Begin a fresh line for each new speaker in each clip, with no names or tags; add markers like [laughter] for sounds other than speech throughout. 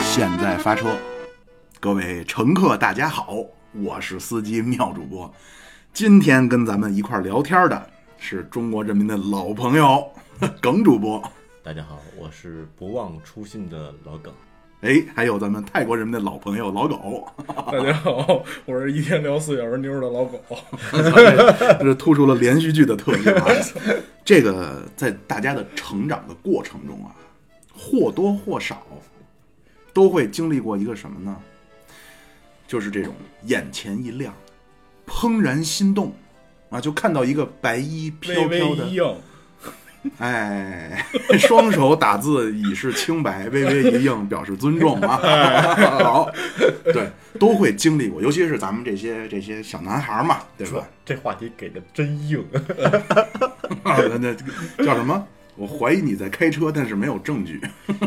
现在发车，各位乘客大家好，我是司机妙主播。今天跟咱们一块儿聊天的是中国人民的老朋友耿主播，
大家好，我是不忘初心的老耿。
哎，还有咱们泰国人民的老朋友老狗，
大家好，我是一天聊四小时妞的老
[laughs]
狗。
[laughs] 这是突出了连续剧的特点、啊。这个在大家的成长的过程中啊，或多或少都会经历过一个什么呢？就是这种眼前一亮，怦然心动啊，就看到一个白衣
微
飘
微
飘
一
的，
硬，
哎， [laughs] 双手打字以示清白，微微一应表示尊重啊。
哎
[laughs] 好，对，都会经历过，尤其是咱们这些这些小男孩嘛，对吧？
这话题给的真硬，
[laughs]
啊， [laughs] 那那叫什么？我怀疑你在开车，但是没有证据。 [laughs]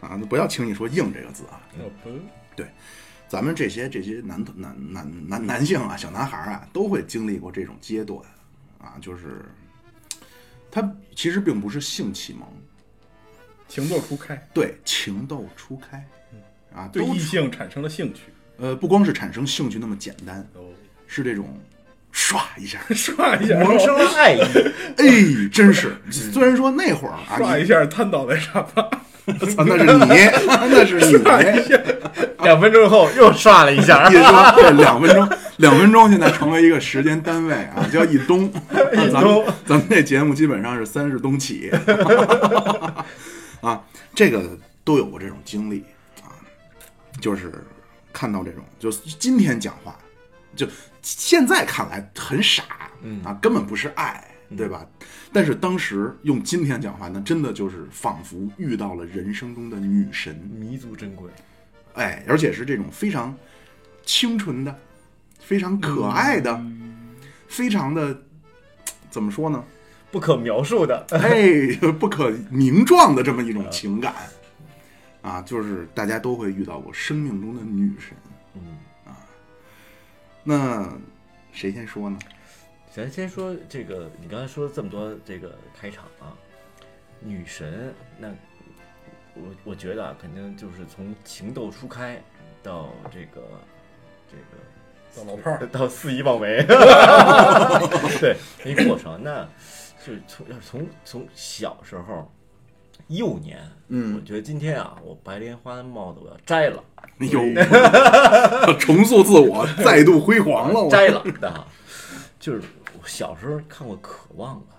啊，不要轻易说“硬”这个字啊！
要不
咱们这些这些男男男男男性啊，小男孩啊，都会经历过这种阶段啊，就是他其实并不是性启蒙，
情窦初开，
对情窦初开啊，
对
都
异性产生了兴趣。
呃不光是产生兴趣那么简单，
哦，
是这种唰一下，
[laughs] 刷一下，
萌生了爱意。
哎，
[laughs]
真是。虽然说那会儿啊，
刷
你
一下，瘫倒在沙发。
操那是
[laughs]
你，那是你。
两分钟后又刷了一下 [laughs]
一，说对两分钟，两分钟现在成为一个时间单位啊，叫一冬。
一冬
咱们咱们这节目基本上是三十冬起 [laughs] 啊，这个都有过这种经历啊，就是看到这种，就是今天讲话，就现在看来很傻，
嗯
啊，根本不是爱。对吧？但是当时用今天讲话，那真的就是仿佛遇到了人生中的女神。
弥足珍贵。
哎，而且是这种非常清纯的、非常可
嗯
爱的、非常的怎么说呢？
不可描述的，
哎， [laughs] 不可名状的这么一种情感啊，就是大家都会遇到过生命中的女神。啊
嗯，
那谁先说呢？
咱先说这个，你刚才说了这么多这个开场啊，女神，那我我觉得啊，肯定就是从情窦初开到这个这个
到老炮儿，
[laughs] 到肆意
[laughs]
妄为，对，一个过程。那就是从要是从从小时候，幼年，我
嗯，
觉得今天啊，我白莲花的帽子我要摘
[laughs]
了，
有哎 [laughs] 重塑自我，再度辉煌了。我
摘了啊！就是我小时候看过《渴望》啊，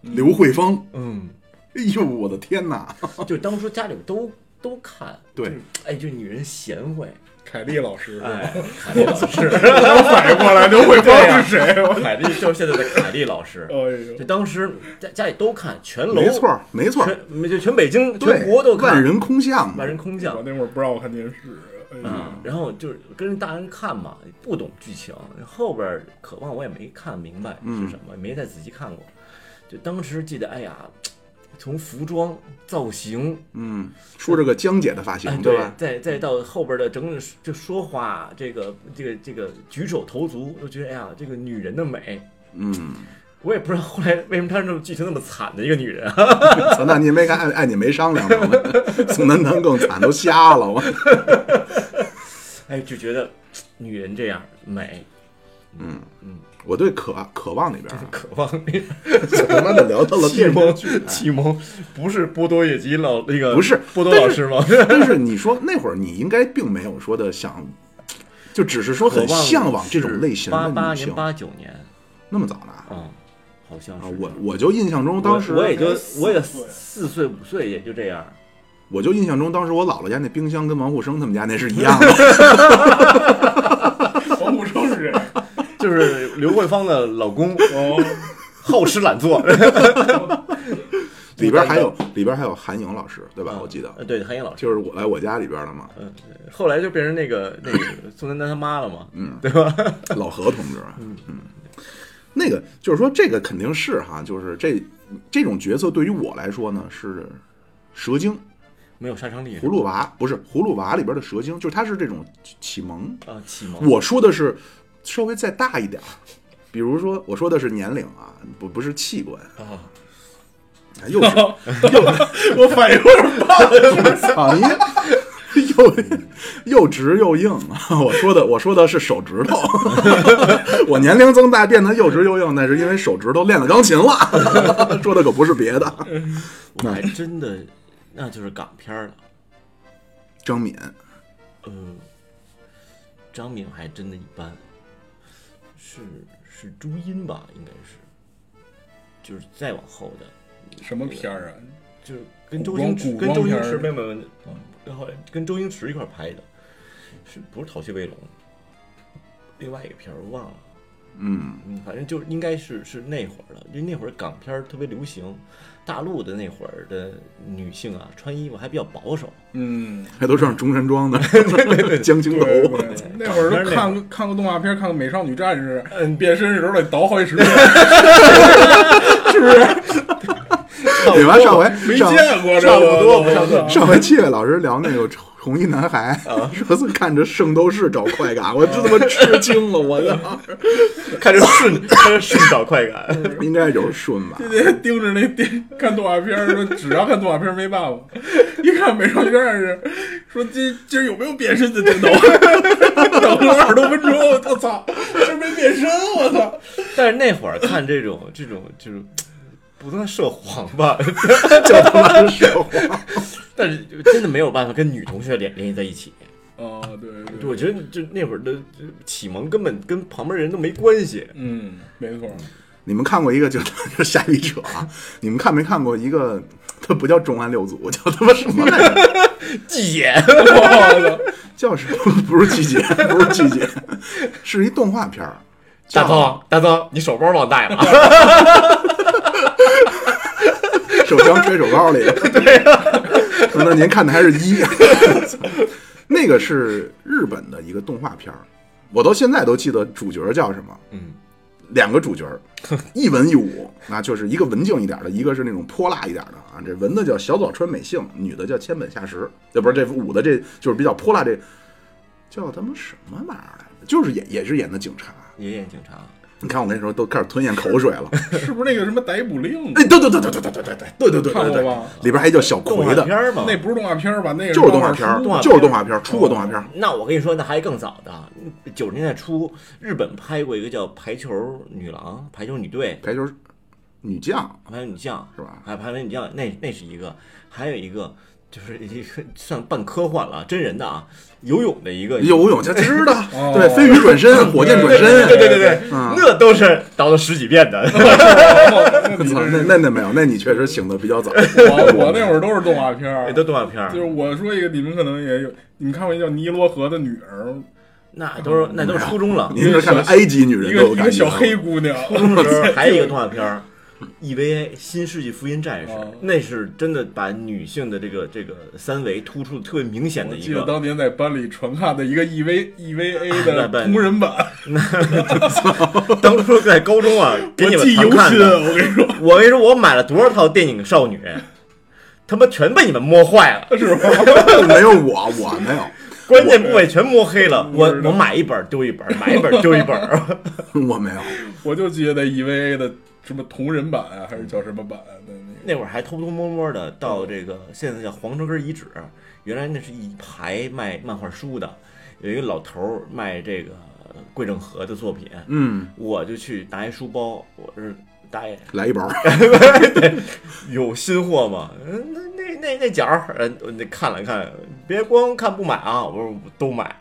刘慧芳，
嗯，
哎呦，我的天哪！
就当初家里都都看，
对
就是，哎，就女人贤惠，
凯丽老师，
哎， [laughs] 凯丽老师，
我反应过来刘慧芳是谁？我
凯丽就是现在的凯丽老师
哎，呦
[laughs] 就，当时家家里都看，全楼
没错，，没错，
全就全北京
对
全，国都看，
万人空巷嘛，
万人空
我
巷。
那会儿不让我看电视。哎呦，
嗯，然后就是跟着大人看嘛，不懂剧情，后边儿渴望我也没看明白
嗯
是什么，没再仔细看过。就当时记得，哎呀，从服装造型，
嗯，梳着个江姐的发型，
哎，
对吧？
再再到后边的整个就说话，这个这个这个举手投足，都觉得哎呀，这个女人的美。
嗯，
[laughs] 我也不知道后来为什么她这么剧情那么惨的一个女人，啊
[laughs] 操，那你没看爱爱你没商量吗？宋丹丹更惨，都瞎了我。
[laughs] 哎，就觉得女人这样美，
我对渴渴望里边啊，
渴望 [laughs] 那
他妈的聊到了
启
电视
蒙 [laughs]
剧。哎
启蒙不是波多野结衣老那个
不是
波多
但
老
是
师吗？
但是你说那会儿你应该并没有说的想，就只是说
渴
很
望
向往这种类型
八
的
八
女
年、
性，
八九年
那么早呢？啊，
啊，好像是
我我就印象中当时
我我也就
四
我也
岁啊
四岁五岁也就这样，
我就印象中当时我姥姥家那冰箱跟王沪生他们家那是一样的。
[laughs]
王沪生是谁？
就是刘慧芳的老公
哦，
好吃懒做，
里边还有里边还有韩颖老师，对吧？我记得
呃对韩英老师，
就是我来我家里边了嘛，
嗯，后来就变成那个那个宋丹丹他妈了嘛，嗯，对吧？
老何同志，嗯，那个就是说，这个肯定是哈，就是这这种角色对于我来说呢是蛇精
没有杀伤力
葫芦娃，不是葫芦娃里边的蛇精，就是它是这种启蒙。
啊，启蒙
我说的是稍微再大一点儿，比如说我说的是年龄啊，不不是器官，
啊，
哎又是
我反应过来，
啊你。又又直又硬。啊我说的我说的是手指头，我年龄增大变得又直又硬，那是因为手指头练了钢琴了。 [laughs] 说的可不是别的。
我还真的，那就是港片儿了。
张敏，
呃，张敏还真的一般，是是朱茵吧，应该是，就是再往后的，
什么片儿啊？
就是跟
古
周
装
星驰
古
跟
装
周
片儿
星驰没有没有，没有然后跟周星驰一块儿拍的，是不是《逃学威龙》？另外一个片儿我忘了，
嗯，
嗯，反正就是应该是是那会儿了，因为那会儿港片儿特别流行，大陆的那会儿的女性啊，穿衣服还比较保守，
嗯，
还都上中山装呢， [laughs] 江青
对
头。
对嗯对，那会儿都看过看过动画片，看过《美少女战士》，
嗯
变身时候得倒好几十
[laughs]
遍，是不是？
你妈上回
没
上
见过这
差不多
个，我操
上回七月老师聊那个红衣男孩，
啊
说是看着圣斗士找快感，我真他妈吃惊了，我
[laughs]
操！
看着 [laughs] 顺看着顺找快感，
应该就是顺
[laughs]
吧？
就得盯着那电看动画片儿，说只要看动画片儿没办法。一看《美少女战士》，说今今儿有没有变身的镜头？等了二十多分钟，我操，今儿没变身，我操！
但是那会儿看这种这种就是不能涉黄吧，
就他 [laughs] 妈是说话，
但是就真的没有办法跟女同学联联系在一起。
哦，对对
我觉得就那会儿的就启蒙根本跟旁边人都没关系。
嗯，没错，
你们看过一个就就是瞎逼扯啊？你们看没看过一个？它不叫重案六组，叫他妈什么来着？
季姐，
我操
叫什么？不是季节，不是季节，是一动画片儿。
大
叫
钊，大钊，你手包忘带了？
手枪吹手包里。对呀、那您看的还是一， [laughs] 那个是日本的一个动画片儿，我到现在都记得主角叫什么，
嗯，
两个主角儿，一文一武，那就是一个文静一点的，一个是那种泼辣一点的啊。这文的叫小早川美幸，女的叫千本夏实，这不是这武的这就是比较泼辣这，叫他妈什么玩意儿来着？就是演也是演的警察。
爷爷警察，
你看我那时候都开始吞咽口水了。
是不是那个什么逮捕令？啊
哎，对对对对对对对对对对对
看
对
过
对
吧，
里边还叫小
动
葵
画
的
片，儿嘛，
那不是动画片儿吧？那个
就是动画片儿
漫画书，
就是动画片儿，出过动画片儿。
那我跟你说，那还更早的，九十年代初，日本拍过一个叫《排球女郎》《排球女队
排球女将》
《排球女将
是》吧？
还有《排球女将》，那那是一个，还有一个就是一个算半科幻了，真人的啊，游泳的一个，
游泳就知道
哦，
对，飞鱼转身，火箭转
对对
身。
对对对，
嗯
那都是倒了十几遍的。
[laughs] 我操那那那没有，那你确实醒的比较早。
我我那会儿都是动画片儿
那。都动画片
就是
儿，
我说一个，你们可能也有，你们看过一个叫《尼罗河的女儿》吗，
那都是那都是初中
[laughs]
了。
您是看到埃及女
一
人
个
都有
一
感
个
觉
小
了， [laughs]
黑姑娘，
初中的时 [laughs] 候还有一个动画片儿，EVA《新世纪福音战士》
哦
那是真的把女性的这个这个三维突出的特别明显
我
的一
记得
个。
当年在班里传看的一个 E EV EVA
那
的
本
同人版，
[laughs] 当初在高中啊，给
我
你
记忆
们
犹
传看
新。啊
的。
我跟你说，
我跟你说，我买了多少套电影少女，他妈全被你们摸坏了，
是吧？ [laughs]
没有我，我没有，
关键部位全摸黑了。
我
我
知道
我买一本丢一本，买一本丢一本。
我没有。
我就记得那 EVA 的什么同人版啊，还是叫什么版的那
[laughs] 那会儿还偷偷摸摸的到这个现在叫黄城根遗址，原来那是一排卖漫画书的，有一个老头儿卖这个桂正和的作品，
嗯，
我就去拿一书包，我是大爷
来一包，
有新货吗？嗯，那那那那角儿，呃，我那看了看，别光看不买啊，我说我都买，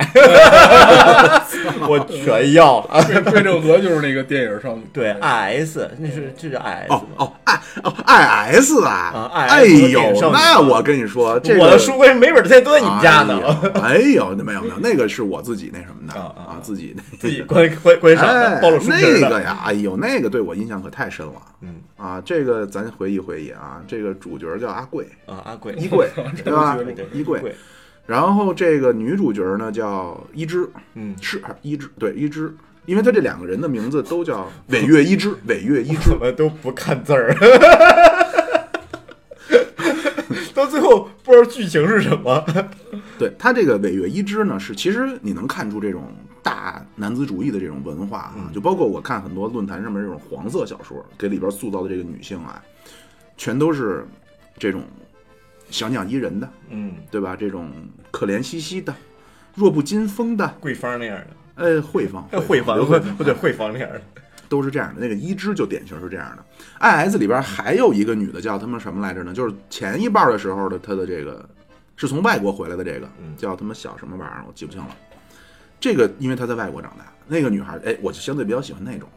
我全要了。
个对对正和就是那个电影上，
对，IS 那是这是 IS
哦
吗
哦，I 哦 I S 啊
啊，
哎
IS
呦
电影，少女
那我跟你说，哦这个
我的书柜没准现在都在你们家呢。
哎呦，哎呦没有没有，那个是我自己那什么的
啊啊啊
啊，自己那
自己关 [laughs] 关关上
哎
的，暴露书皮儿
那
的。
个呀，哎呦，那个对我印象可太深了。
嗯
啊，这个咱回忆回忆啊，这个主角叫阿贵，
啊，阿贵，
衣
[laughs]
柜对吧
这
对？对
衣柜。，然后这个女主角呢叫一枝，
嗯，
是还是一枝，对一枝，因为他这两个人的名字都叫尾月一枝，尾月一枝
怎。么都不看字儿， [laughs] 到最后不知道剧情是什么。 [laughs]
对他这个尾月一枝呢，是其实你能看出这种大男子主义的这种文化啊，就包括我看很多论坛上面这种黄色小说，给里边塑造的这个女性啊，全都是这种小鸟依人的，
嗯，
对吧？这种可怜兮兮的、弱不禁风的，
桂芳那样
呃，慧芳
的，，慧芳
刘
不
芳
不对，慧芳那样的，
都是这样的。那个一枝就典型是这样的。I S 里边还有一个女的叫他们什么来着呢？就是前一半的时候的她的这个是从外国回来的，这个
嗯
叫他们小什么玩意儿，我记不清了。这个因为她在外国长大，那个女孩哎，我就相对比较喜欢那种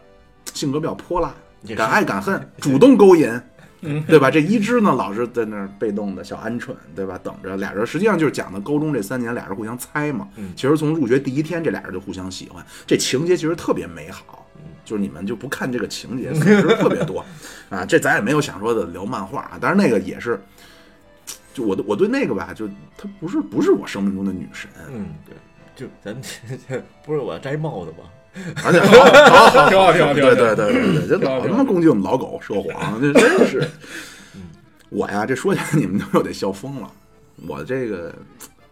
性格比较泼辣
也，是
敢爱敢恨，主动勾引。对吧？这一枝呢，老是在那儿被动的小鹌鹑，对吧？等着俩人，实际上就是讲的高中这三年，俩人互相猜嘛。
嗯
其实从入学第一天，这俩人就互相喜欢，这情节其实特别美好。就是你们就不看这个情节，损失特别
[laughs]
多啊！这咱也没有想说的聊漫画啊，但是那个也是，就我的我对那个吧，就她不是不是我生命中的女神，
嗯，对，就咱们 [laughs] 这这不是我要摘帽子吧？
而且好
[laughs]
好好
挺好挺好挺好
对对对对对，这老他妈攻击我们老狗涉黄，这真
[laughs]
是。
嗯
我呀，这说起来你们都得笑疯了。我这个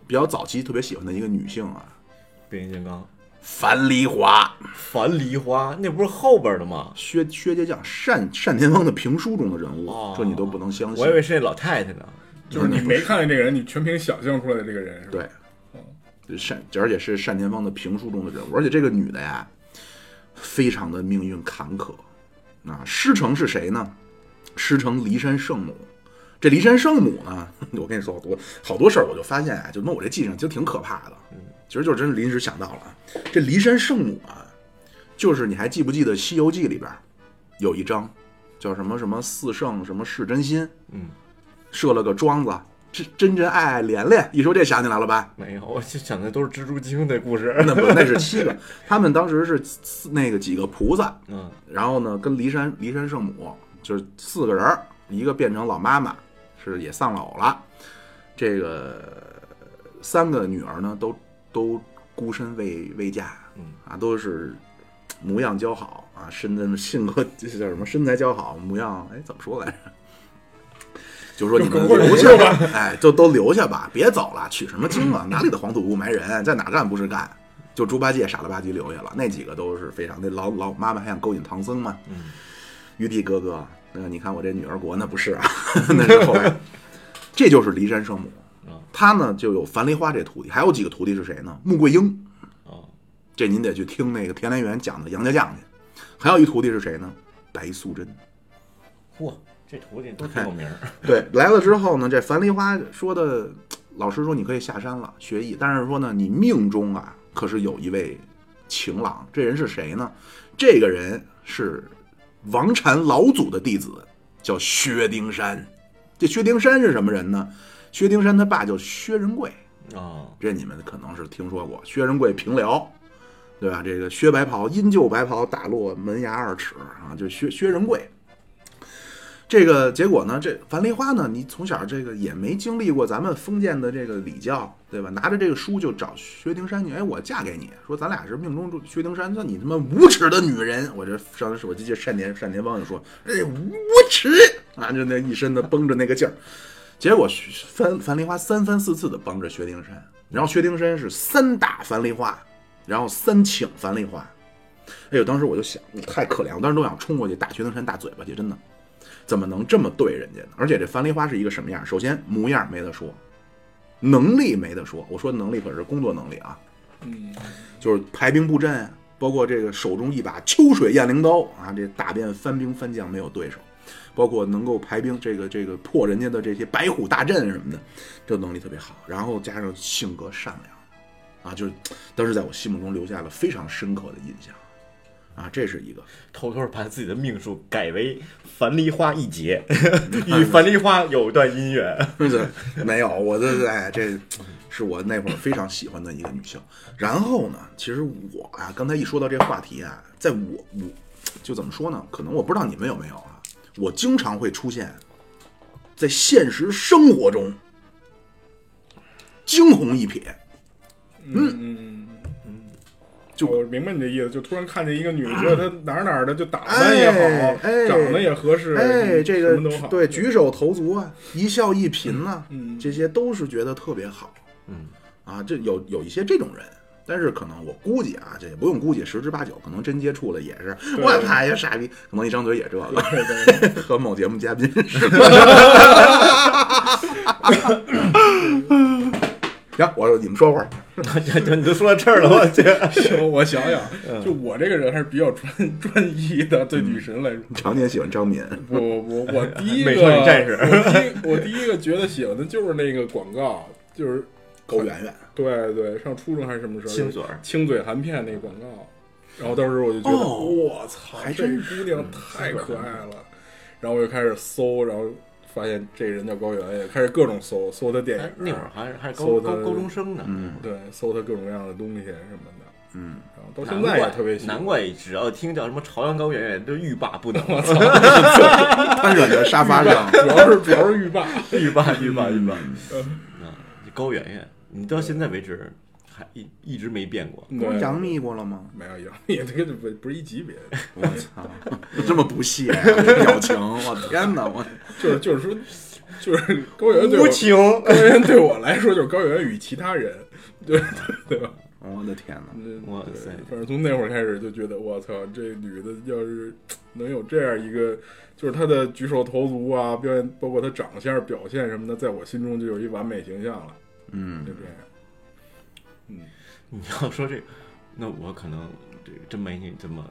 比较早期特别喜欢的一个女性啊，
变形金刚、
樊梨花，
樊梨花，那不是后边的吗？
薛薛家将单单田芳的评书中的人物
哦，
这你都不能相信。
我以为是那老太太呢。
就是你没看见这个人，你全凭想象出来的这个人是吧？
对，单而且是单田芳的评书中的人物，而且这个女的呀，非常的命运坎坷啊。师承是谁呢？师承骊山圣母。这骊山圣母呢， [laughs] 我跟你说好多好多事儿，我就发现啊，就弄我这记性就挺可怕的。其实就是真是临时想到了啊，这骊山圣母啊，就是你还记不记得《西游记》里边儿有一章叫什么什么四圣什么是真心，
嗯，
设了个庄子，真真真爱爱连连，一说这想起来了吧？
没有，我就想的都是蜘蛛精的故事。
[laughs] 那不那是七个，他们当时是四那个几个菩萨，
[laughs] 嗯
然后呢跟骊山骊山圣母就是四个人儿，一个变成老妈妈，是也丧老了，这个三个女儿呢都都孤身未未嫁，
嗯
啊都是模样姣好啊，身的性格这叫什么身材姣好，模样哎怎么说来着？就说你们
就滚
留
过去
下吧，哎，就都留下吧，别走了，取什么经啊？哪里的黄土不埋人，在哪儿干不是干？就猪八戒傻了吧唧留下了，那几个都是非常那老老妈妈还想勾引唐僧嘛，
嗯，
玉帝哥哥，那个你看我这女儿国那不是啊， [laughs] 那是后来，这就是骊山圣母
嗯，
她呢就有樊梨花这徒弟，还有几个徒弟是谁呢？穆桂英，
哦，
这您得去听那个田连元讲的杨家将去，还有一徒弟是谁呢？白素贞。
嚯，这徒弟都挺有名儿。
[laughs] 对，来了之后呢，这樊梨花说的，老师说你可以下山了学艺，但是说呢，你命中啊，可是有一位情郎，这人是谁呢？这个人是王禅老祖的弟子，叫薛丁山。这薛丁山是什么人呢？薛丁山他爸叫薛仁贵，
[laughs] 哦，
这你们可能是听说过，薛仁贵平辽，对吧？这个薛白袍因救白袍打落门牙二尺啊，就薛薛仁贵。这个结果呢，这樊梨花呢，你从小这个也没经历过咱们封建的这个礼教，对吧？拿着这个书就找薛丁山去，哎，我嫁给你，说咱俩是命中注薛丁山，那你他妈无耻的女人！我这上次我记得单田单田芳就说，哎，无耻啊，就那一身的绷着那个劲儿。结果薛樊樊梨花三番四次的帮着薛丁山，然后薛丁山是三打樊梨花，然后三请樊梨花。哎呦，当时我就想，你太可怜了，我当时都想冲过去打薛丁山大嘴巴去，真的，怎么能这么对人家呢？而且这樊梨花是一个什么样？首先模样没得说，能力没得说，我说能力可是工作能力啊，
嗯，
就是排兵布阵啊，包括这个手中一把秋水雁翎刀啊，这打遍番兵番将没有对手，包括能够排兵这个这个破人家的这些白虎大阵什么的，这能力特别好。然后加上性格善良，啊，就是当时在我心目中留下了非常深刻的印象。啊，这是一个，
偷偷把自己的命数改为樊梨花一 [laughs] 节，与樊梨花有段姻缘。 [laughs]
[laughs] 没有，我这哎，这是我那会儿非常喜欢的一个女性。然后呢，其实我啊，刚才一说到这个话题啊，在我我就怎么说呢？可能我不知道你们有没有啊，我经常会出现在现实生活中惊鸿一瞥，就
我明白你的意思，就突然看见一个女的，觉得她哪儿哪儿的，就打扮也好，
哎哎
长得也合适，
哎，这
什
个
么都好，
对，举手投足啊，一笑一颦呐、
嗯
这些都是觉得特别好。
嗯，
啊，这有有一些这种人，但是可能我估计啊，这也不用估计，十之八九可能真接触了也是，
对
我操呀，傻逼，可能一张嘴也这个，
[laughs] 对对对
和某节目嘉宾是吧？ [laughs] 行，我你们说会儿，
你都说到这儿了，我去，
行， [laughs] 我想想，就我这个人还是比较专专一的，对女神来说，
常年喜欢张敏，
我我我第一个
美少女战士
我第一我第一个觉得喜欢的就是那个广告，就是
狗圆圆。
对对，上初中还是什么时候，
亲嘴儿
亲嘴含片那个广告，然后当时我就觉得，
哦
我操，
还
这
真
姑
嗯
娘太可爱了，然后我就开始搜，然后发现这人叫高圆圆，开始各种搜，搜她电影，
[laughs] 哎那会儿还还是高
搜的
高高中生呢，
嗯
对，搜她各种各样的东西什么的，
嗯，
然后到
难
现在也
怪
特别喜欢
难。怪只要听叫什么朝阳高圆圆都欲罢不能，啊
瘫软在沙发
[laughs]
上，
主要是主要是浴
[laughs]
霸，
欲罢欲罢欲罢
嗯
啊！这高圆圆，你到现在为止还一一直没变过，
不是
对
杨幂过了吗？
没有杨幂，这个不不是一级别，
我操， [laughs] 这么不屑、啊，这表情，我天哪，我
就是就是说，就是高圆圆对我，
情。
高圆圆对我来说就是高圆圆与其他人，对对吧？
我的天哪，
嗯
哇
对
塞
反正从那会儿开始就觉得，我操，这女的要是能有这样一个，就是她的举手投足啊，表现，包括她长相、表现什么的，在我心中就有一完美形象了，
嗯
就，这样。嗯，
你要说这个，那我可能这个真没你这么，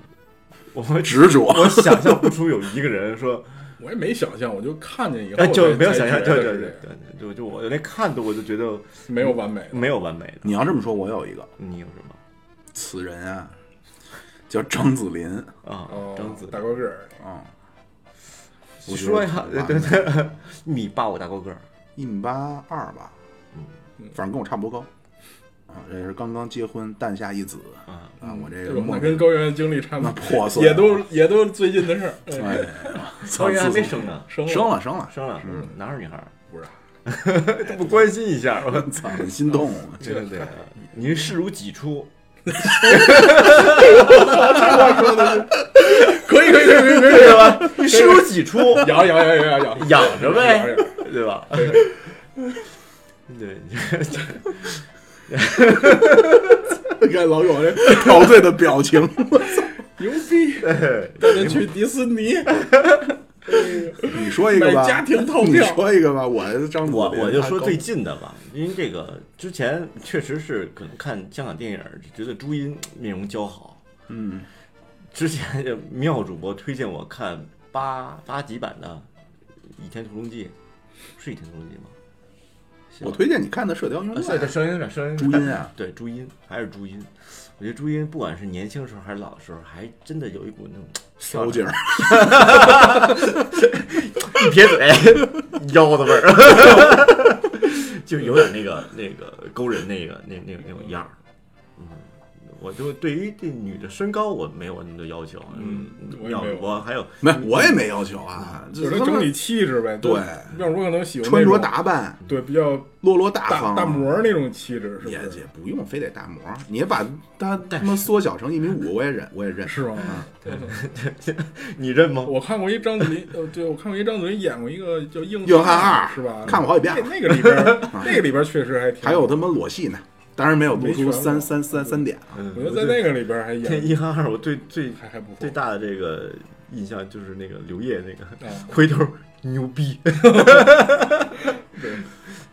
我会
执着
我想象不出有一个人
[laughs]
说，
我也没想象，我就看见以后
哎，就
才
没有
才
想象，
觉
对
得
对
是
对
这样
对，就就我连看都我就觉得
没有完美的。
没有完美的。
你要这么说，我有一个
你有什么
此人啊，叫张子林
啊
哦？，
张子
大高个儿，
啊，我觉得
说呀，
挺
对
完
对
美
对， [laughs] 一米八五大高个儿，
一米八二吧，
嗯
反正跟我差不多高啊，这是刚刚结婚诞下一子
啊，
啊，我这
这
个
种
梦
的跟高圆圆经历差不
那
多，
破碎
也都也都是最近的事儿。哎
哎，
[laughs]
[laughs] 高原还没生呢，
生
生
了
了生了，
生了，哪有女孩儿？
不是？
[laughs] 都不关心一下，我
操，很心动，
嗯
对对对，您视如己出，
可以可以可以可以可以
[laughs] 对吧？你视如己 [laughs] 出，
养养养养养
养着呗
养养，
对吧？
可以
[laughs] 对， [laughs]
你看老狗这
[laughs] 陶醉的表情，
牛逼，带他
[laughs]
去迪士尼，
你说一个哎吧，
买家庭套票
你说一个吧，我张子林
我我就
他
说
高
最近的吧，因为这个之前确实是可能看香港电影儿，就觉得朱茵面容姣好。
嗯，
之前就妙主播推荐我看八八集版的《倚天屠龙记》，是《倚天屠龙记》吗？
我推荐你看的《射雕英雄
啊，
传
对对，》，声音有点声音。
[laughs] 朱茵啊，
对朱茵还是朱茵，我觉得朱茵不管是年轻时候还是老的时候，还真的有一股那种
[laughs] 骚劲儿，
一撇
[laughs]
嘴腰子味儿， [laughs] 就有点那个那个勾人那个那那那种样儿。嗯，我就对于这女的身高我没有那么多要求，嗯
我也
要
没有
我还有
没，我也没要求啊，
就
就是是他
整
们
理气质呗。
对
要我可能喜欢
穿
那
着
种
打扮
对比较
落落大
大
方，
大模那种气质，是
也
不是
也？不用非得大模，你把他他妈缩小成一米五，我也忍，我也嗯认。
是吗？
你认吗？
我看过一张子林，呃，对我看过一张子林演过一个叫《硬
硬汉二
是吧？
看过好几遍啊
那那个里边
[laughs]
儿，那个里边儿确实还挺。
还有，他妈裸戏呢，当然没有露
没
出
全
三
裸
三三三点啊。
嗯
我觉得在那个里边儿还
这
演
一憨二，我最最
还还不
最
错。
大的这个印象就是那个刘烨那个 [laughs]
啊，
回头牛逼，
嗯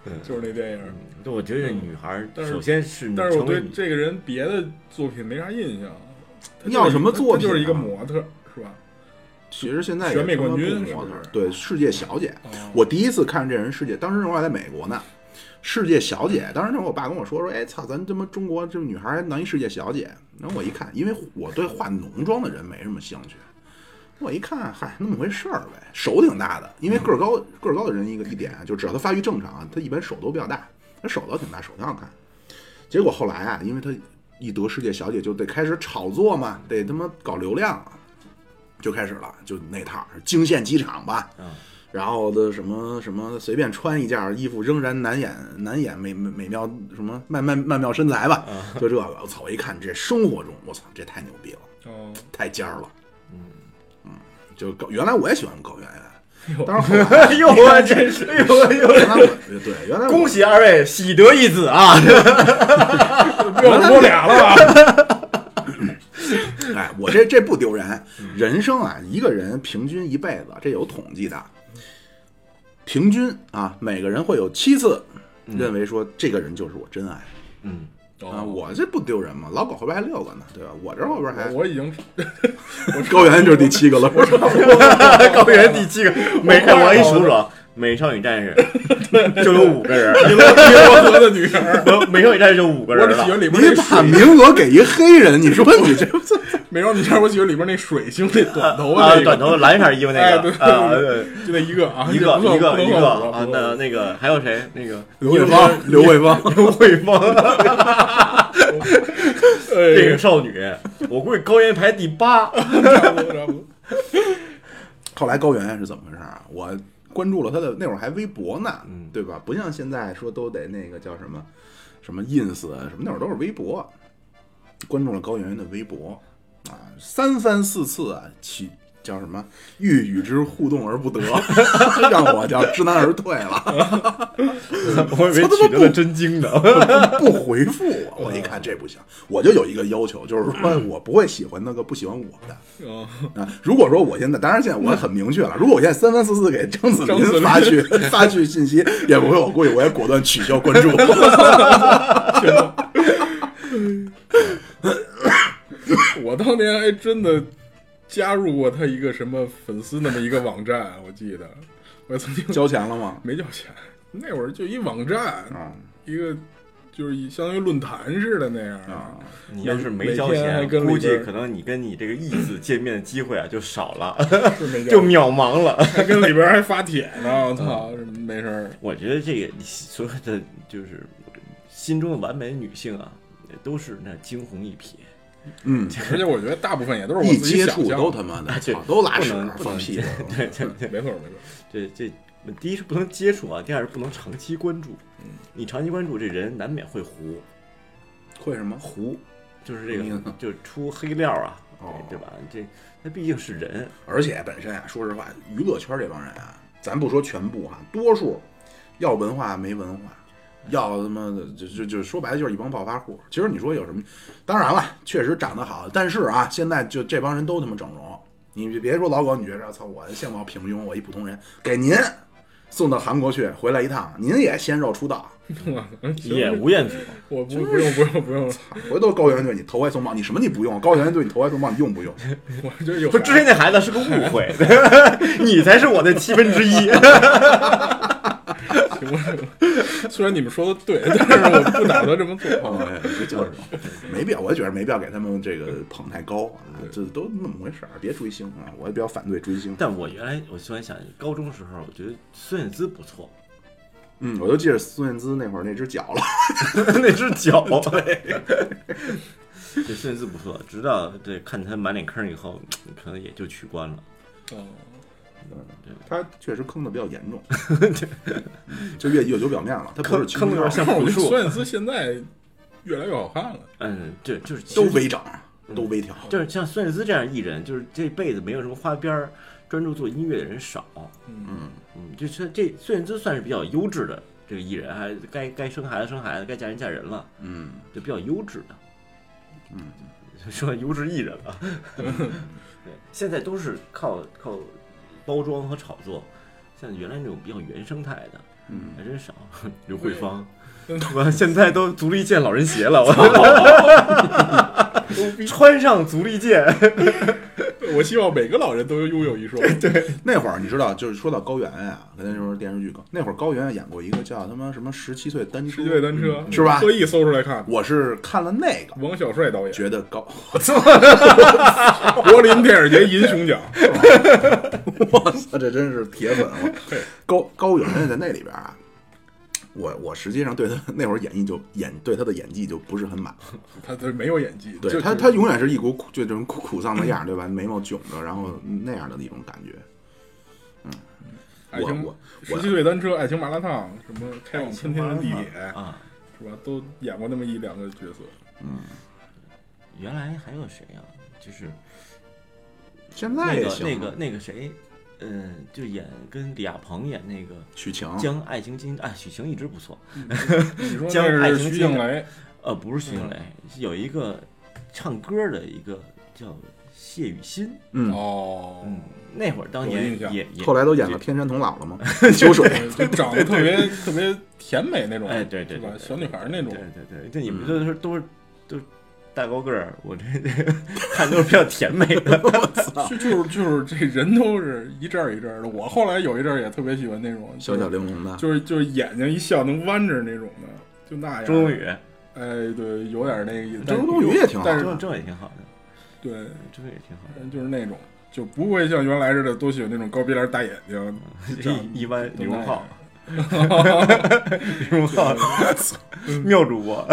对，就是那电影儿。
就我觉得这女孩儿
但是
首先是你
但是我
嗯成为
对
你
这个人别的作品没啥印象。他
要什么作品啊
他就是一个模特，是吧？
其实现在也
选美
他妈
冠军
不
是
模
不
特
是
儿对世界小姐
哦，
我第一次看这人世界，当时我还在美国呢。世界小姐，当时我爸跟我说说，哎操，咱他妈中国这女孩儿还弄一世界小姐。然后我一看，因为我对化浓妆的人没什么兴趣，我一看，嗨，那么回事儿呗，手挺大的，因为个儿高，个儿高的人一个一点啊，就只要他发育正常啊，他一般手都比较大，他手倒挺大，手挺好看。结果后来啊，因为他一得世界小姐，就得开始炒作嘛，得他妈搞流量啊，就开始了，就那套惊现机场吧，
嗯
然后的什么什么随便穿一件衣服仍然难掩难掩美美美妙什么曼曼曼妙身材吧， [laughs] 就这个，我操！我一看这生活中，我操，这太牛逼了，
哦，
太尖儿了，嗯就高原来我也喜欢高圆
哎
圆，
呦
但是后来
[laughs] 哎呦我真是哎呦哎呦，
原来我呃对原来我
恭喜二位喜得一子啊！
要摸俩了吧？
哎，我这这不 [laughs] 丢人。人生啊，一个人平均一辈子，这有统计的，平均啊，每个人会有七次认为说这个人就是我真爱、
嗯，
哦
啊，我这不丢人吗？老狗后边还六个呢，对吧？我这后边还
我我已经
高原就是第七 [laughs] 个了，是吧
高原第七个，每看我一数数，美少女战士就有五个人，
银罗河的女儿，
美少女战士就五个
我
人
只喜
了。
欢里边
你
那
把
水，
名额给一黑人，你说你这
美少女战士，我喜欢里边那水星那短头
啊
那，
短
个，
头蓝色衣服
哎
那
对
个
对
啊，
对
对
就那一个啊，
一
也
个
不算
一个
不能
一
算
个
五
啊，
不能
那那个还有谁？那个
[laughs] 刘慧芳，刘慧芳，
刘慧芳，这
算
个少女，我估计高原排第八。
哎，差不多差不多，
[laughs] 后来高原是怎么回事啊？我关注了他的那会儿还微博呢，
嗯
对吧？不像现在说都得那个叫什么什么 ins 啊，什么那会儿都是微博，关注了高原的微博啊，三番四次啊，起叫什么欲与之互动而不得， [laughs] 让我叫知难而退了，
我以为取得了真经呢。
[laughs] 不回复我。我一看这不行，我就有一个要求，
嗯
就是说哎我不会喜欢那个不喜欢我的。
嗯，
啊，如果说我现在，当然现在我很明确了，如果我现在三番四次给张子
张子林
林发
[laughs]
去发去信息，也不会，我估计我也果断取消关
[laughs]
注。
我当年还真的加入过他一个什么粉丝那么一个网站，我记得我曾经
交钱了吗？
没交钱，那会儿就一网站，
啊
一个就是一相当于论坛似的那样
啊，
你要是没交
每天还
钱，
跟里边
估计可能你跟你这个义子见面的机会啊就少了，
是
[laughs]
没交
就渺茫了。
还跟里边还发帖呢，
嗯
我操，没事儿，
我觉得这个你所有的就是心中的完美女性啊，都是那惊鸿一瞥，
嗯，
而且我觉得大部分也都是我
一
自己
接
触
触
象的，
都他妈的
啊这
操都拉
不
屎
能不
放
能
屁
接， [laughs] 对对对，
没错没错，
这这第一是不能接触啊，第二是不能长期关注。你长期关注这人难免会糊，
会什么？
糊就是这
什么意
个
思
就是出黑料啊，
哦
对对吧？这那毕竟是人，
而且本身啊，说实话，娱乐圈这帮人啊，咱不说全部哈、多数要文化没文化，要他妈的就就就说白了就是一帮暴发户。其实你说有什么？当然了，确实长得好，但是啊，现在就这帮人都他妈整容。你别别说老狗，你觉着操，我相貌平庸，我一普通人，给您送到韩国去，回来一趟，您也鲜肉出道，
也无彦祖。
我不不用不用不用，
回头高圆圆对你投怀送抱，你什么你不用？高圆圆对你投怀送抱，你用不用？
我就有
不，之前那孩子是个误会，你才是我的七分之一。
情况，虽然你们说的对，但是我不打算这么做。啊
哎，这叫什么？没必要，我也觉得没必要给他们这个捧太高啊，这都那么回事儿，别追星啊！我也比较反对追星。
但我原来我突然想，高中时候我觉得孙燕姿不错，
嗯，我就记着孙燕姿那会儿那只脚了。 [laughs]
[laughs] 那只脚，对，这孙燕姿不错。直到对看她满脸坑以后，可能也就取关了。
哦
她确实坑的比较
[laughs]
严重，就越越走表面了。她不是
坑
清
坑的
高
有点像
但是我
朴
觉得
树，
孙燕姿现在越来越好看了，
嗯，对，就是其实
都微整，都微调。
就是像孙燕姿这样艺人，就是这辈子没有什么花边儿，专注做音乐的人少。
嗯，
嗯，就是这孙燕姿算是比较优质的这个艺人，还该该生孩子生孩子，该嫁人嫁人了，
嗯，
就比较优质的。嗯，说优质艺人
[laughs]
了。对，现在都是靠靠包装和炒作，像原来那种比较原生态的，
嗯，
还真少。 [laughs] 刘慧芳。
嗯
我现在都足力健老人鞋了，我 [laughs] 穿上足力健，
嗯
我希望每个老人都拥有一双。对，
那会儿你知道，就是说到高圆圆啊，跟那时候电视剧那会儿高圆圆演过一个叫他妈什么十七岁单车，
世界单车
是吧
特意搜出来看，
我是看了那个，
王小帅导演，
觉得高，
柏林电影节银熊
[laughs]
奖。
我操，这真是铁
[laughs]
粉了。高高圆圆在那里边啊，我我实际上对他那会儿演绎就演对他的演技就不是很满，
他他没有演技，
对
就
他
就
他永远是一股苦就这种苦苦丧的样儿，对吧？眉毛炯着，然后那样的一种感觉。
爱情
我我
十七岁单车、爱情麻辣烫、什么开往春天的地铁，
啊，
是吧？都演过那么一两个角色。
嗯
原来还有谁呀、啊就是
现在
那
也
个
行，
那个那个谁，嗯，就演跟李亚鹏演那个
嗯
许晴，
《将爱情进》啊，许晴一直不错，
你说
将
那
爱
是
情
徐
进
静蕾，嗯
呃，不是徐静蕾，是有一个唱歌的一个叫谢雨欣，
嗯，
哦，
嗯，那会儿当
有
年
印象
也也
后来都演了《天山童姥》了
[laughs]
吗？秋水，
就长得特别特别甜美那种，
嗯哎对对
是吧
对对
小女孩嗯那
对
种，
对对，这你们都是都是都是大高个儿，我这 [laughs] 看都是比较甜美
啊
的，
就就是就是这人都是一阵儿一阵儿的。我后来有一阵儿也特别喜欢那种
小小玲珑的，
就是就是眼睛一笑能弯着那种的，就那样。
周冬，雨，
哎，对，有点那个意思。
周冬雨也挺好
但
周
是
周冬雨挺好的，
对，
周冬雨挺好
就是那种就不会像原来似的都喜欢那种高鼻梁大眼
[laughs]
睛。
的， [laughs] 一一般李荣浩，李荣浩，
嗯
[laughs] 妙主播，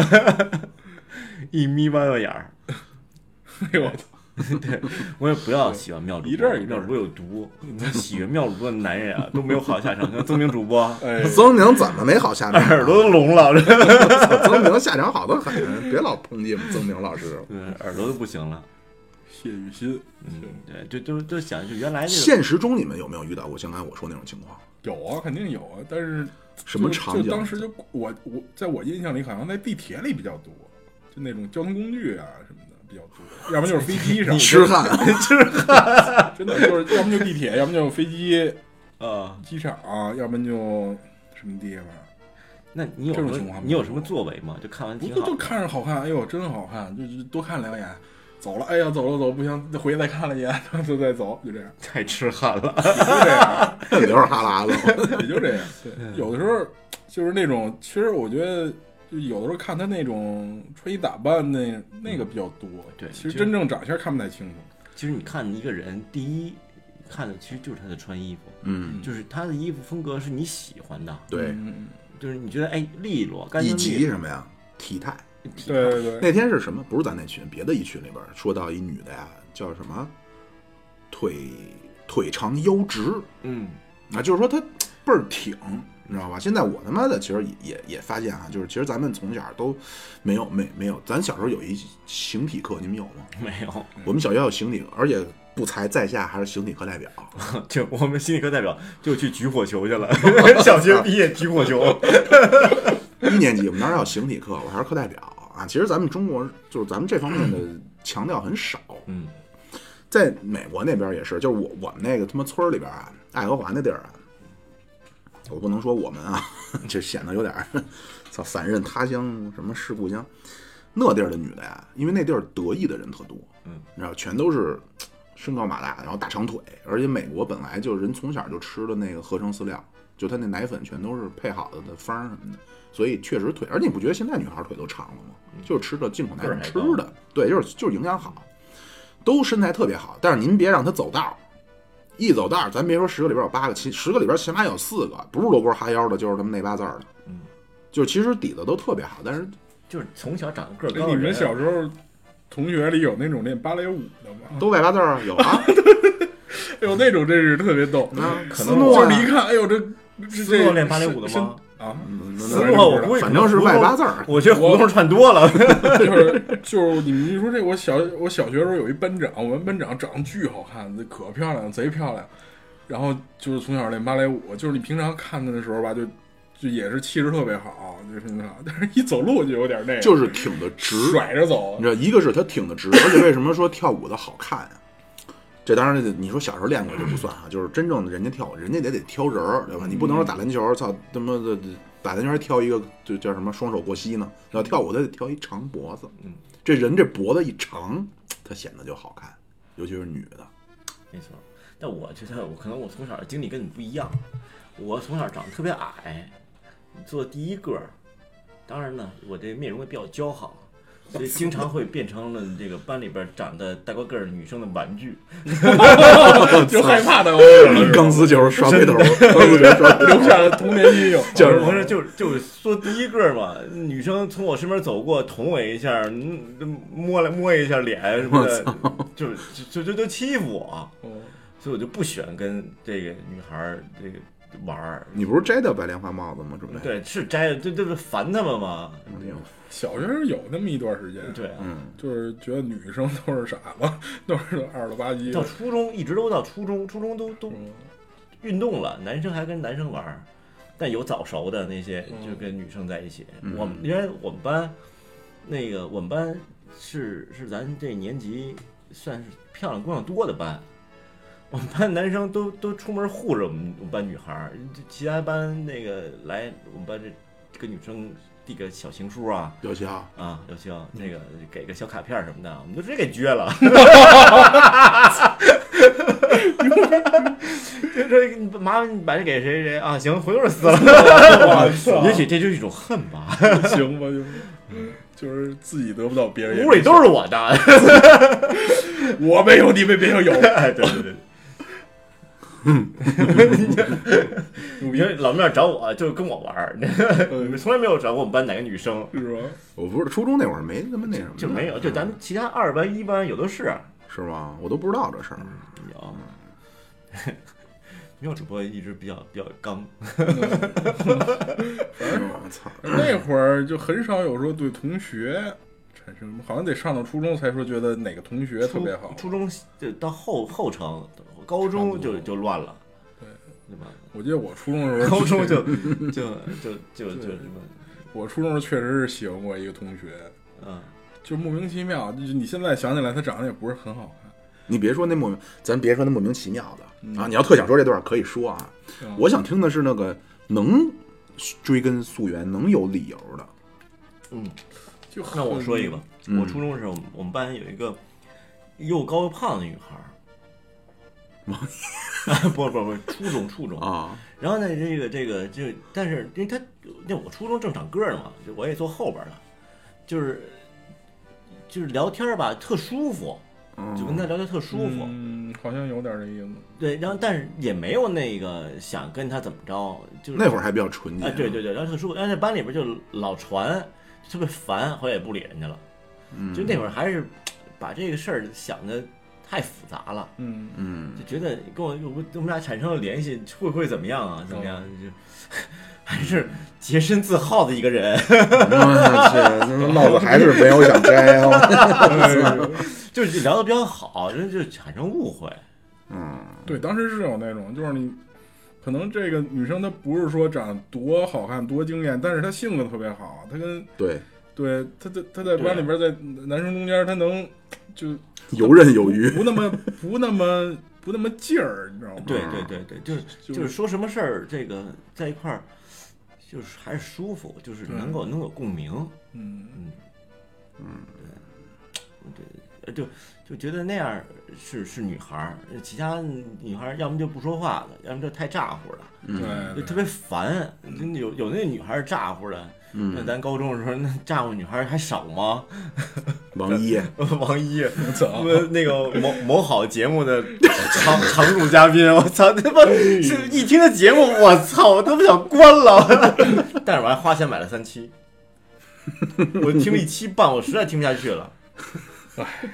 一眯弯弯眼儿，
哎呦我操！
我也不要喜欢妙主播，
一阵儿一阵儿
妙主播有毒，喜欢妙主播的男
[laughs]
人啊都没有好下场，像曾明主播
[laughs]
哎，
曾宁怎么没好下场？啊
[laughs] 耳朵都聋了，这
曾宁下场好得很，别老抨击我们曾宁老师。
嗯耳朵都不行了。
谢雨欣
嗯，对，就就就想就原来这个
现实中你们有没有遇到过像刚才我说那种情况？
有啊，肯定有啊，但是
什么
就
场
就当
景？啊
时就我我在我印象里，好像在地铁里比较多，就那种交通工具啊什么的比较
[laughs]
多，要不就是飞机上
你，痴汉，
真的就是要么就地铁，要么就飞机
啊，
机场、要不然就什么地方，
那你有
这
什
种情况
么
没有
你有什么作为吗？就看完
不
挺
就
好
就看着好看，哎呦真好看，就就多看两眼，走了，哎呀走了走了不行，回去再看了一眼， [laughs] 然后就再走，就这样，
太痴汉了。
也就这样，
[laughs] 流着哈
[laughs]
喇子。
也就这样。对， [laughs] 有的时候就是那种，其实我觉得。就有的时候看他那种穿衣打扮那那个比较多，
对
其实
就
真正长相看不太清楚。
其实你看一个人，第一看的其实就是他的穿衣服，
嗯，
就是他的衣服风格是你喜欢的，
对，
嗯，
就是你觉得哎利落干
以
净
及
利
什么呀？体态。
落，体
对对对，
那天是什么？不是咱那群，别的一群里边说到一女的呀，叫什么？腿腿长腰直
嗯
啊，就是说她倍儿挺，你知道吧？现在我他妈的其实也也也发现啊，就是其实咱们从小都没有没没有，咱小时候有一形体课，你们有吗？
嗯
没有， [laughs]
我们小学有形体，而且不才在下还是形体课代表。
就我们心理课代表就去举火球去
[laughs]
了，小学毕业举火球。
一年级我们当时有形体课，我还是课代表啊。其实咱们中国就是咱们这方面的强调很少，
嗯
在美国那边也是，就是我我们那个他妈村儿里边啊，爱荷华那地儿啊，我不能说我们啊， [laughs] 这显得有点儿 [laughs] 操散任他乡什么是故乡。那地儿的女的呀，因为那地儿德裔的人特多，
嗯，
你知道全都是身高马大，然后大长腿，而且美国本来就人从小就吃的那个合成饲料，就他那奶粉全都是配好的的方儿什么的，所以确实腿，而且你不觉得现在女孩儿腿都长了吗？就是吃的进口奶粉吃
嗯个儿还
的，对，就是就是营养好，都身材特别好，但是您别让她走道儿。一走道儿，咱别说十个里边有八个，起十个里边起码有四个不是罗锅哈腰的，就是他们内八字儿的，
嗯，
就是其实底子都特别好，但是
就是从小长得个儿
哎
高的人，
你们小时候同学里有那种练芭蕾舞的吗？ [laughs]
都外八字儿啊有啊，
哎呦，那种真是特别逗，
啊，
可
斯
能
诺
就
啊
是你一看，哎呦这这
斯诺
这
练芭蕾舞的
身
吗？
啊，
嗯
斯
那
诺
那
我不
会
反正是外八字儿，
我觉得胡同串多了，
[laughs] 就是就是你们一说这，我小我小学时候有一班长，我们班长长得巨好看，这可漂亮，贼漂亮。然后就是从小练芭蕾舞，就是你平常看他的时候吧，就就也是气质特别好，就是平常，但是一走路就有点那样，
[laughs] 就是挺得直，
甩着走
[laughs] 你知，道，一个是他挺得直，而且为什么说跳舞的好看啊？这当然，你说小时候练过就不算啊，就是真正的人家跳舞，人家得得挑人儿，对吧？你不能说打篮球，操他妈的打篮球还挑一个就叫什么双手过膝呢？要跳舞他得挑一长脖子，
嗯，
这人这脖子一长，他显得就好看，尤其是女的。
没
[laughs]
错，但我觉得我可能我从小的经历跟你不一样，我从小长得特别矮，做第一个儿，当然呢，我这面容也比较姣好，所以经常会变成了这个班里边长得大高个儿女生的玩具。
就害怕
[laughs]
他，
钢丝球刷背头，钢丝球刷背头。
留下了童年阴影。
[laughs] 就是
不是就是就是说第一个儿嘛，女生从我身边走过，捅我一下，嗯摸了摸一下脸什么的，就就就就就欺负我，
哦
所以我就不喜欢跟这个女孩儿这个玩儿。
你不是摘掉白莲花帽子吗？准备？
对，是摘的，这这不烦他们吗？
小学时候有那么一段时间，
对啊，
嗯，
就是觉得女生都是傻子，都是二了吧唧
到
的。
初中一直都到初中，初中都都
嗯
运动了，男生还跟男生玩儿，但有早熟的那些就跟女生在一起。
嗯
我们因为我们班那个我们班是是咱这年级算是漂亮姑娘多的班，我们班男生都都出门护着我们我们班女孩儿，就其他班那个来我们班这这个女生递个小情书啊。
刘奇浩，
啊，刘星，那个
嗯
给个小卡片儿什么的，我们就直接给撅了。 [laughs] 就说麻烦你把这给谁谁啊？行，回头就撕了。
我操，
[laughs] 也许这就是一种恨
[laughs]
吧，
行吧，就是就是自己得不到别人也，
屋里都是
[laughs]
我的。
我没有，你们没有
[laughs]
有，
哎，对对对。你说老面找我就是跟我玩儿，
嗯
[laughs] 你们从来没有找过我们班哪个女生，
是吧？
我不是初中那会儿没他妈那什么的，
就没有，就咱们其他二班、一班有的是。啊
是吗？我都不知道这事儿。
[laughs] 有，妙主播一直比较比较刚，
哎我操！
那会儿就很少有说对同学产生，好像得上到初中才说觉得哪个同学特别好。
初初中就到后后程，高中就就乱了，
对
对
[laughs]
吧？
我记得我初中的时候，
[laughs] 高中就就就就就什么，
我初中时候确实是喜欢过一个同学，
嗯，
就莫名其妙，就是你现在想起来他长得也不是很好看。
你别说那莫名，咱别说那莫名其妙的啊！你要特想说这段儿可以说啊，
嗯
我想听的是那个能追根溯源、能有理由的。
就很
嗯那我说一个吧，
嗯
我初中的时候，我们班有一个又高又胖的女孩儿。 [laughs] 不不不，初中初中
啊，
然后呢，这个这个就，但是因为他那我初中正长个儿呢嘛，就我也坐后边儿了，就是就是聊天儿吧，特舒服，
嗯
就跟他聊天特舒服。
嗯，好像有点这意思。
对，然后但是也没有那个想跟他怎么着，就是
那会儿还比较纯洁。
啊，对对对，然后特舒服，但是班里边就老传，特别烦，后来也不理人家了。
嗯，
就那会儿还是把这个事儿想的太复杂了。
嗯，
[laughs]
嗯，
就觉得跟我我我们俩产生了联系，会不会怎么样啊？怎么样？
嗯
就 [laughs] 还是洁身自好的一个人， [laughs]
老子还是没有想摘啊。
就是聊得比较好，人就产生误会。
嗯，
对，当时是有那种，就是你可能这个女生她不是说长得多好看、多惊艳，但是她性格特别好，啊她跟
对，
对她在她在班里边，在男生中间，她能就
游刃有余。
不那么不那么不那么劲儿，你知道吗？
对对对对，就是
就
就是说什么事儿，这个在一块儿，就是还是舒服，就是
对
能够能有共鸣。
嗯，
嗯嗯，对，对，呃就就觉得那样儿是是女孩儿，其他女孩儿要么就不说话了，要么就太咋呼了。就
嗯
对，
特别烦，真的有有那女孩儿咋呼的。
嗯
那咱高中的时候，那咋呼女孩儿还少吗？
王一，
[laughs] 王一，
我
我
操，
们 [laughs] 那个某某好节目的常 [laughs] 常驻嘉宾，我操，他妈是一听这节目，我操，我都不想关了。 [laughs] 但是我还花钱买了三 [laughs] 期，我听了一期半，我实在听不下去了。哎 [laughs]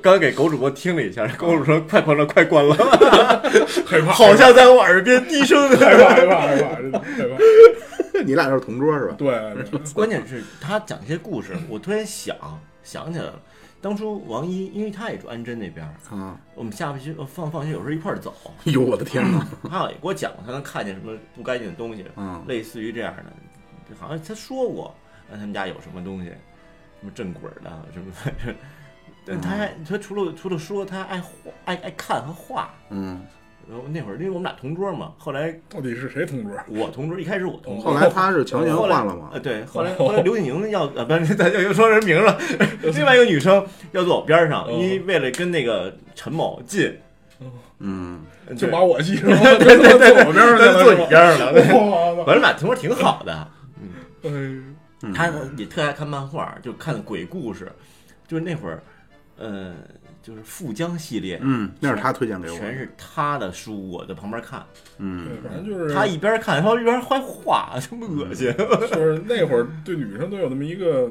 刚给狗主播听了一下，狗主播说：“快关了，快关了！” [laughs]
害怕，
好像在我耳边低声
害
的。
怕，害怕，害怕，真的害怕。
你俩就是同桌是吧？
对，对
[laughs] 关键是他讲这些故事，我突然想想起来了，当初王一，因为他也住安贞那边儿，
啊，
我们下不去呃放放学有时候一块儿走， [laughs]
呦我的天哪！
他好像也给我讲过，他能看见什么不干净的东西，
嗯
类似于这样的，好像他说过，啊他们家有什么东西，什么正鬼儿的，什么， [laughs] 但他
嗯
还他除了除了说，他还爱画爱爱看和画。
嗯，
然后那会儿，因为我们俩同桌嘛，后来
到底是谁同桌？
我同桌，一开始我同桌，
后来他是强行
后来
换了吗
呃，？对，后来
哦
后来刘景莹要呃，不是， [laughs] 咱就又说人名了。
[laughs]
另外一个女生要坐我边上，
哦
因为为了跟那个陈某近，
嗯，
对
就把我记 [laughs] 住了，就他妈坐我边上去
她
了，
坐你边上了。对 [laughs]
我操！
反正俩同桌挺好的，
哎呦，
嗯
她也特爱看漫画，就看鬼故事，就是那会儿，呃，就是富江系列，
嗯，那是他推荐给我
全
的。
是她的书，我在旁边看，
嗯，
哎对，反正就是
她一边看，然后一边还画，这么恶心。
就是那会儿对女生都有那么一个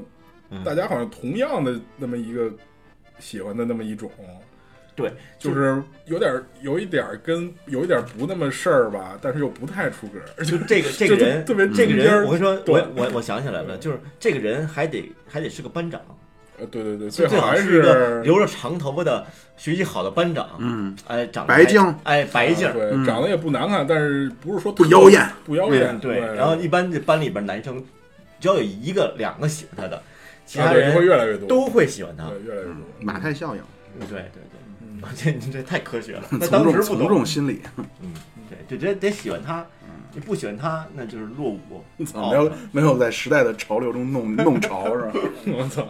嗯，
大家好像同样的那么一个喜欢的那么一种，
对，
就是有点儿有一点儿跟有一点儿不那么事儿吧，但是又不太出格儿，
就这个这个人，
特别
这个人，我跟
中
你说，
对
我我我想起来了，就是这个人还得还得是个班长，
呃对对对，
最
好还
是一个
是
留着长头发的学习好的班长。
嗯，
哎，长得
白净
还哎，白净。
啊对，
嗯
长得也不难看，但是不是说
不
特
妖艳，
不妖艳，
对，然
啊
后一般这班里边男生，只要有一个两个喜欢他的，其
啊
他
对
人
会越来越多，
都会喜欢他。
对越来越多，
马太效应。
对对对，
嗯
而且 [laughs] 你这太科学
[laughs]
了。那
从
当时
众
不
从
懂
众，嗯心理，
嗯，对，就得得喜欢他，你不喜欢他，那就是落伍。
没有没有在时代的潮流中弄弄潮是吧？
[laughs]
嗯
我操，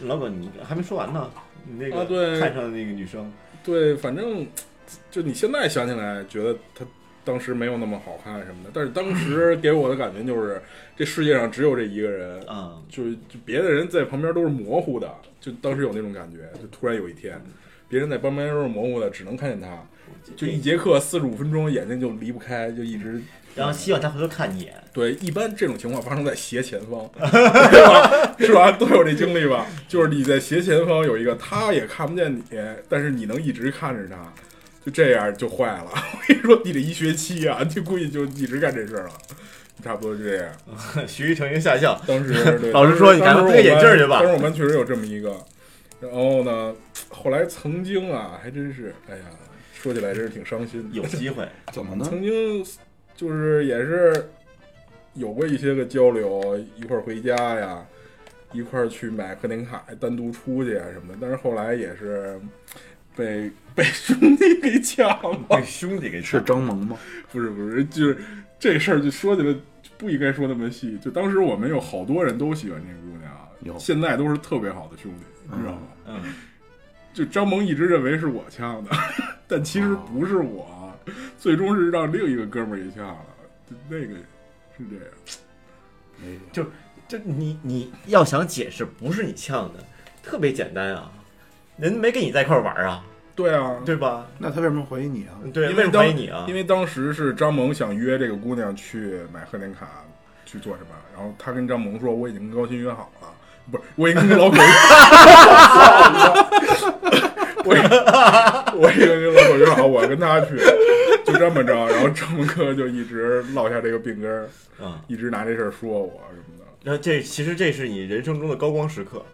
老耿，你还没说完呢，你那
啊对
个看上的那个女生，
对，反正就你现在想起来，觉得她当时没有那么好看什么的，但是当时给我的感觉就是，这世界上只有这一个人，
嗯，
就是就别的人在旁边都是模糊的，就当时有那种感觉，就突然有一天，别人在旁边都是模糊的，只能看见她，就一节课四十五分钟，眼睛就离不开，就一直
然后希望他回头
[laughs]
看你一眼，
对，一般这种情况发生在斜前方， [laughs] 是吧？是吧？都有这经历吧？就是你在斜前方有一个，他也看不见你，但是你能一直看着他，就这样就坏了。 [laughs] 我跟你说，你这一学期啊，就估计就一直干这事儿了，差不多是这样。
徐一成一个下校，
当时对
[laughs] 老师说你赶快
当时
配个眼镜儿去吧
当时我们确实有这么一个，然后呢，后来曾经啊，还真是，哎呀，说起来真是挺伤心的。
有机会，
怎么呢？
曾经就是也是有过一些个交流，一块儿回家呀，一块儿去买贺年卡，单独出去啊什么的。但是后来也是被被兄弟给抢了，
被兄弟给
是张萌吗？
不是不是，就是这事儿就说起来不应该说那么细。就当时我们有好多人都喜欢这个姑
有
娘，啊现在都是特别好的兄弟，你知道吗？
嗯，
就张萌一直认为是我呛的， [laughs] 但其实不是我，啊最终是让另一个哥们儿给呛了。就那个是这样，
没有，
就你你要想解释，不是你呛的，特别简单啊，人没跟你在一块儿玩儿啊，
对啊，
对吧？
那他为什么怀疑你啊？
对，
因
为什
为
么怀疑
当
你啊
因？为当时是张萌想约这个姑娘去买贺年卡去做什么，然后他跟张萌说我已经跟高鑫约好了，不是我已经跟老狗， [laughs] 我我已经跟老狗约好，我跟他去，就这么着，然后张萌哥就一直落下这个病根儿。
嗯，
一直拿这事儿说我什么的。
然后这其实这是你人生中的高光时刻，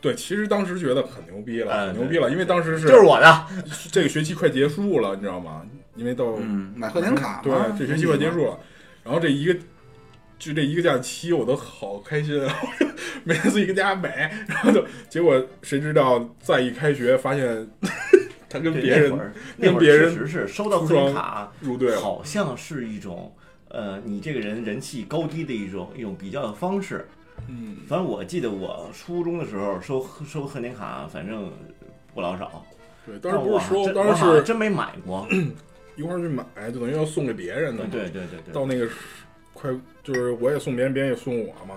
对，其实当时觉得很牛逼了，
嗯
很牛逼了，因为当时是
就是我的，
这个学期快结束了，你知道吗？因为到
嗯，买贺年卡
[laughs]
嘛啊
对，这学期快结束了，然后这一个就这一个假期，我都好开心啊！ [laughs] 每次一个家买，然后就结果谁知道再一开学发现 [laughs] 他跟
对
别
那会
人
儿那
跟
会儿
别人
确实是收到
出
贺年
装
卡，
入队了，
好像是一种呃，你这个人人气高低的一种一种比较的方式。
嗯，
反正我记得我初中的时候收收贺年卡，反正不老少。
对，当
但
时不
我
是
好
说，
像真
当
我好像
时是
真没买
[clears throat]
过。
一块儿去买，就等于要送给别人的
对
嘛，
对对对对，
到那个时快就是我也送别人，别人也送我嘛。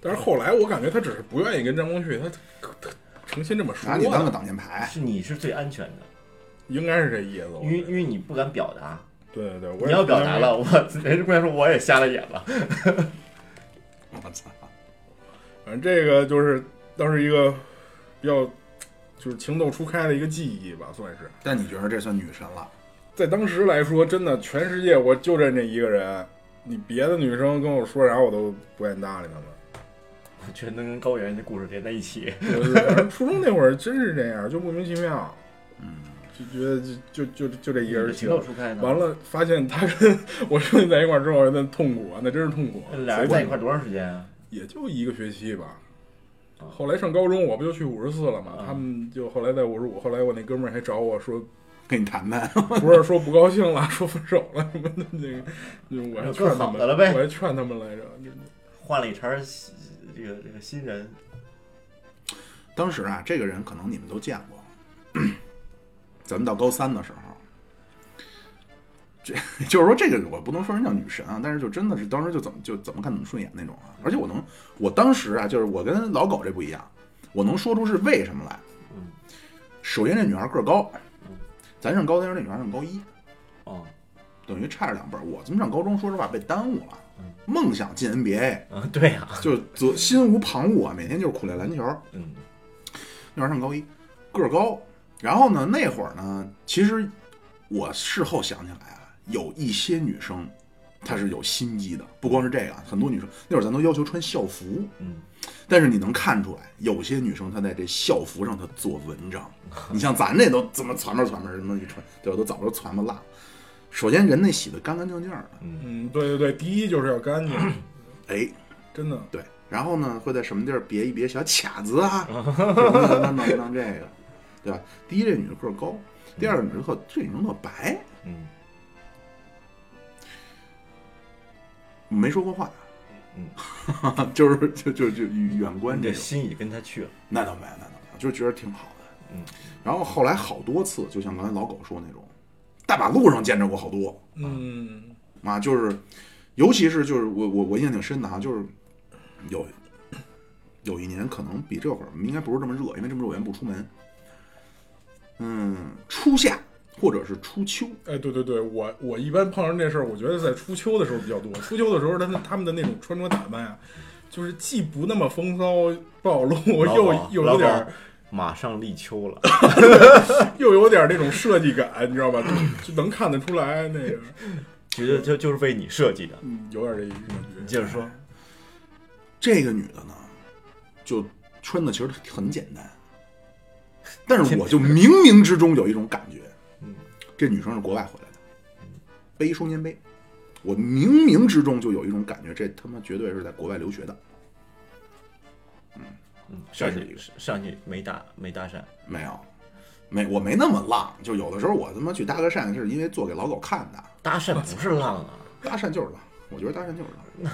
但是后来我感觉他只是不愿意跟张萌去，他他他诚心这么说
拿你当个
的，
挡箭牌，
是你是最安全的，
应该是这意思。我
因为
觉
因
得
为你不敢表达，
对对对，我
你
也
要表达了，，我 [laughs] 人家姑娘说我也瞎了眼了。
我操！
反正这个就是当时一个比较就是情窦初开的一个记忆吧，算是
但你觉得这算女神了？
在当时来说，真的全世界我就认这一个人，你别的女生跟我说啥我都不愿意搭理他们。
我觉得能跟高原的故事连在一 [laughs] 起，
对对对初中那会儿真是这样，就莫名其妙，嗯，就觉得就就就就这一个人
情
行。
窦初开呢。
完了，发现他跟 [laughs] 我兄弟在一块儿之后，那痛苦啊，那真是痛苦啊。
俩人在一块儿多长时间啊？
也就一个学期吧。
啊
后来上高中，我不就去五十四了嘛
啊？
他们就后来在五十五，后来我那哥们儿还找我
[laughs]
说，
跟你谈谈，
不是说不高兴了， [laughs] 说分手了什么的，那
[laughs]
个，那我还
有
劝
更
他
好
们
的了呗
我还劝他们来着。真的
换了一茬儿新这个这个新人，
当时啊，这个人可能你们都见过。 [clears throat] 咱们到高三的时候，这 [laughs] 就是说这个我不能说人叫女神啊，但是就真的是当时就怎么就怎么看怎么顺眼那种啊。而且我能，我当时啊，就是我跟老狗这不一样，我能说出是为什么来。
嗯
首先这女孩个儿高
嗯，
咱上高三时候那女孩上高一，
[laughs] 哦，
等于差着两辈儿。我从上高中说实话被耽误了
嗯，
梦想进
[laughs]
NBA
啊，对呀、啊，
就则心无旁骛啊，每天就是苦练篮球。
嗯，
那会儿上高一，个儿高。然后呢，那会儿呢，其实我事后想起来啊，有一些女生她是有心机的，不光是这个啊，很多女生那会儿咱都要求穿校服，
嗯，
但是你能看出来，有些女生她在这校服上她做文章。你像咱这都怎么攒吧攒吧什么一穿，对吧？都早就攒吧烂了。首先人那洗的干干净净的，
[laughs]
嗯，对对对，第一就是要干净，
哎，
真的。
对。然后呢，会在什么地儿别一别小卡子
[laughs]
啊，什么的，弄弄弄这个，对吧？第一，这女的个儿高；第二个，女的个这女的个儿白，
嗯
没说过话，
嗯，
[laughs] 就是就就就远观
你
这
的
种，
心已跟他去了，
那倒没，那倒没有，就是觉得挺好的。
嗯，
然后后来好多次，就像刚才老狗说那种，大马路上见着过好多，
嗯
啊，就是，尤其是就是我我我印象挺深的哈，就是有有一年可能比这会儿应该不是这么热，因为这么热我也不出门。嗯，初夏或者是初秋，
哎，对对对，我我一般碰上这事儿，我觉得在初秋的时候比较多。初秋的时候，他们他们的那种穿着打扮啊，就是既不那么风骚暴露， [laughs]
老
又
鸨
又
老
有
鸨
点儿
马上立秋 [laughs] 了，
又有点儿那种设计感，你知道吧？就就能看得出来那个，
觉得就就是为你设计的。
嗯，有点儿这意
你
思。
接着说，
这个女的呢，就穿的其实很简单，但是我就冥冥之中有一种感觉，
嗯，
这女生是国外回来的，背一双肩背，我冥冥之中就有一种感觉，这他妈绝对是在国外留学的。
嗯，上
这是一
去
个
上去没搭没搭讪，
没有，没我没那么浪，就有的时候我他妈去搭个讪是因为做给老狗看的，
搭讪不是浪 [laughs] 啊。
搭讪就是浪，我觉得搭讪就是浪。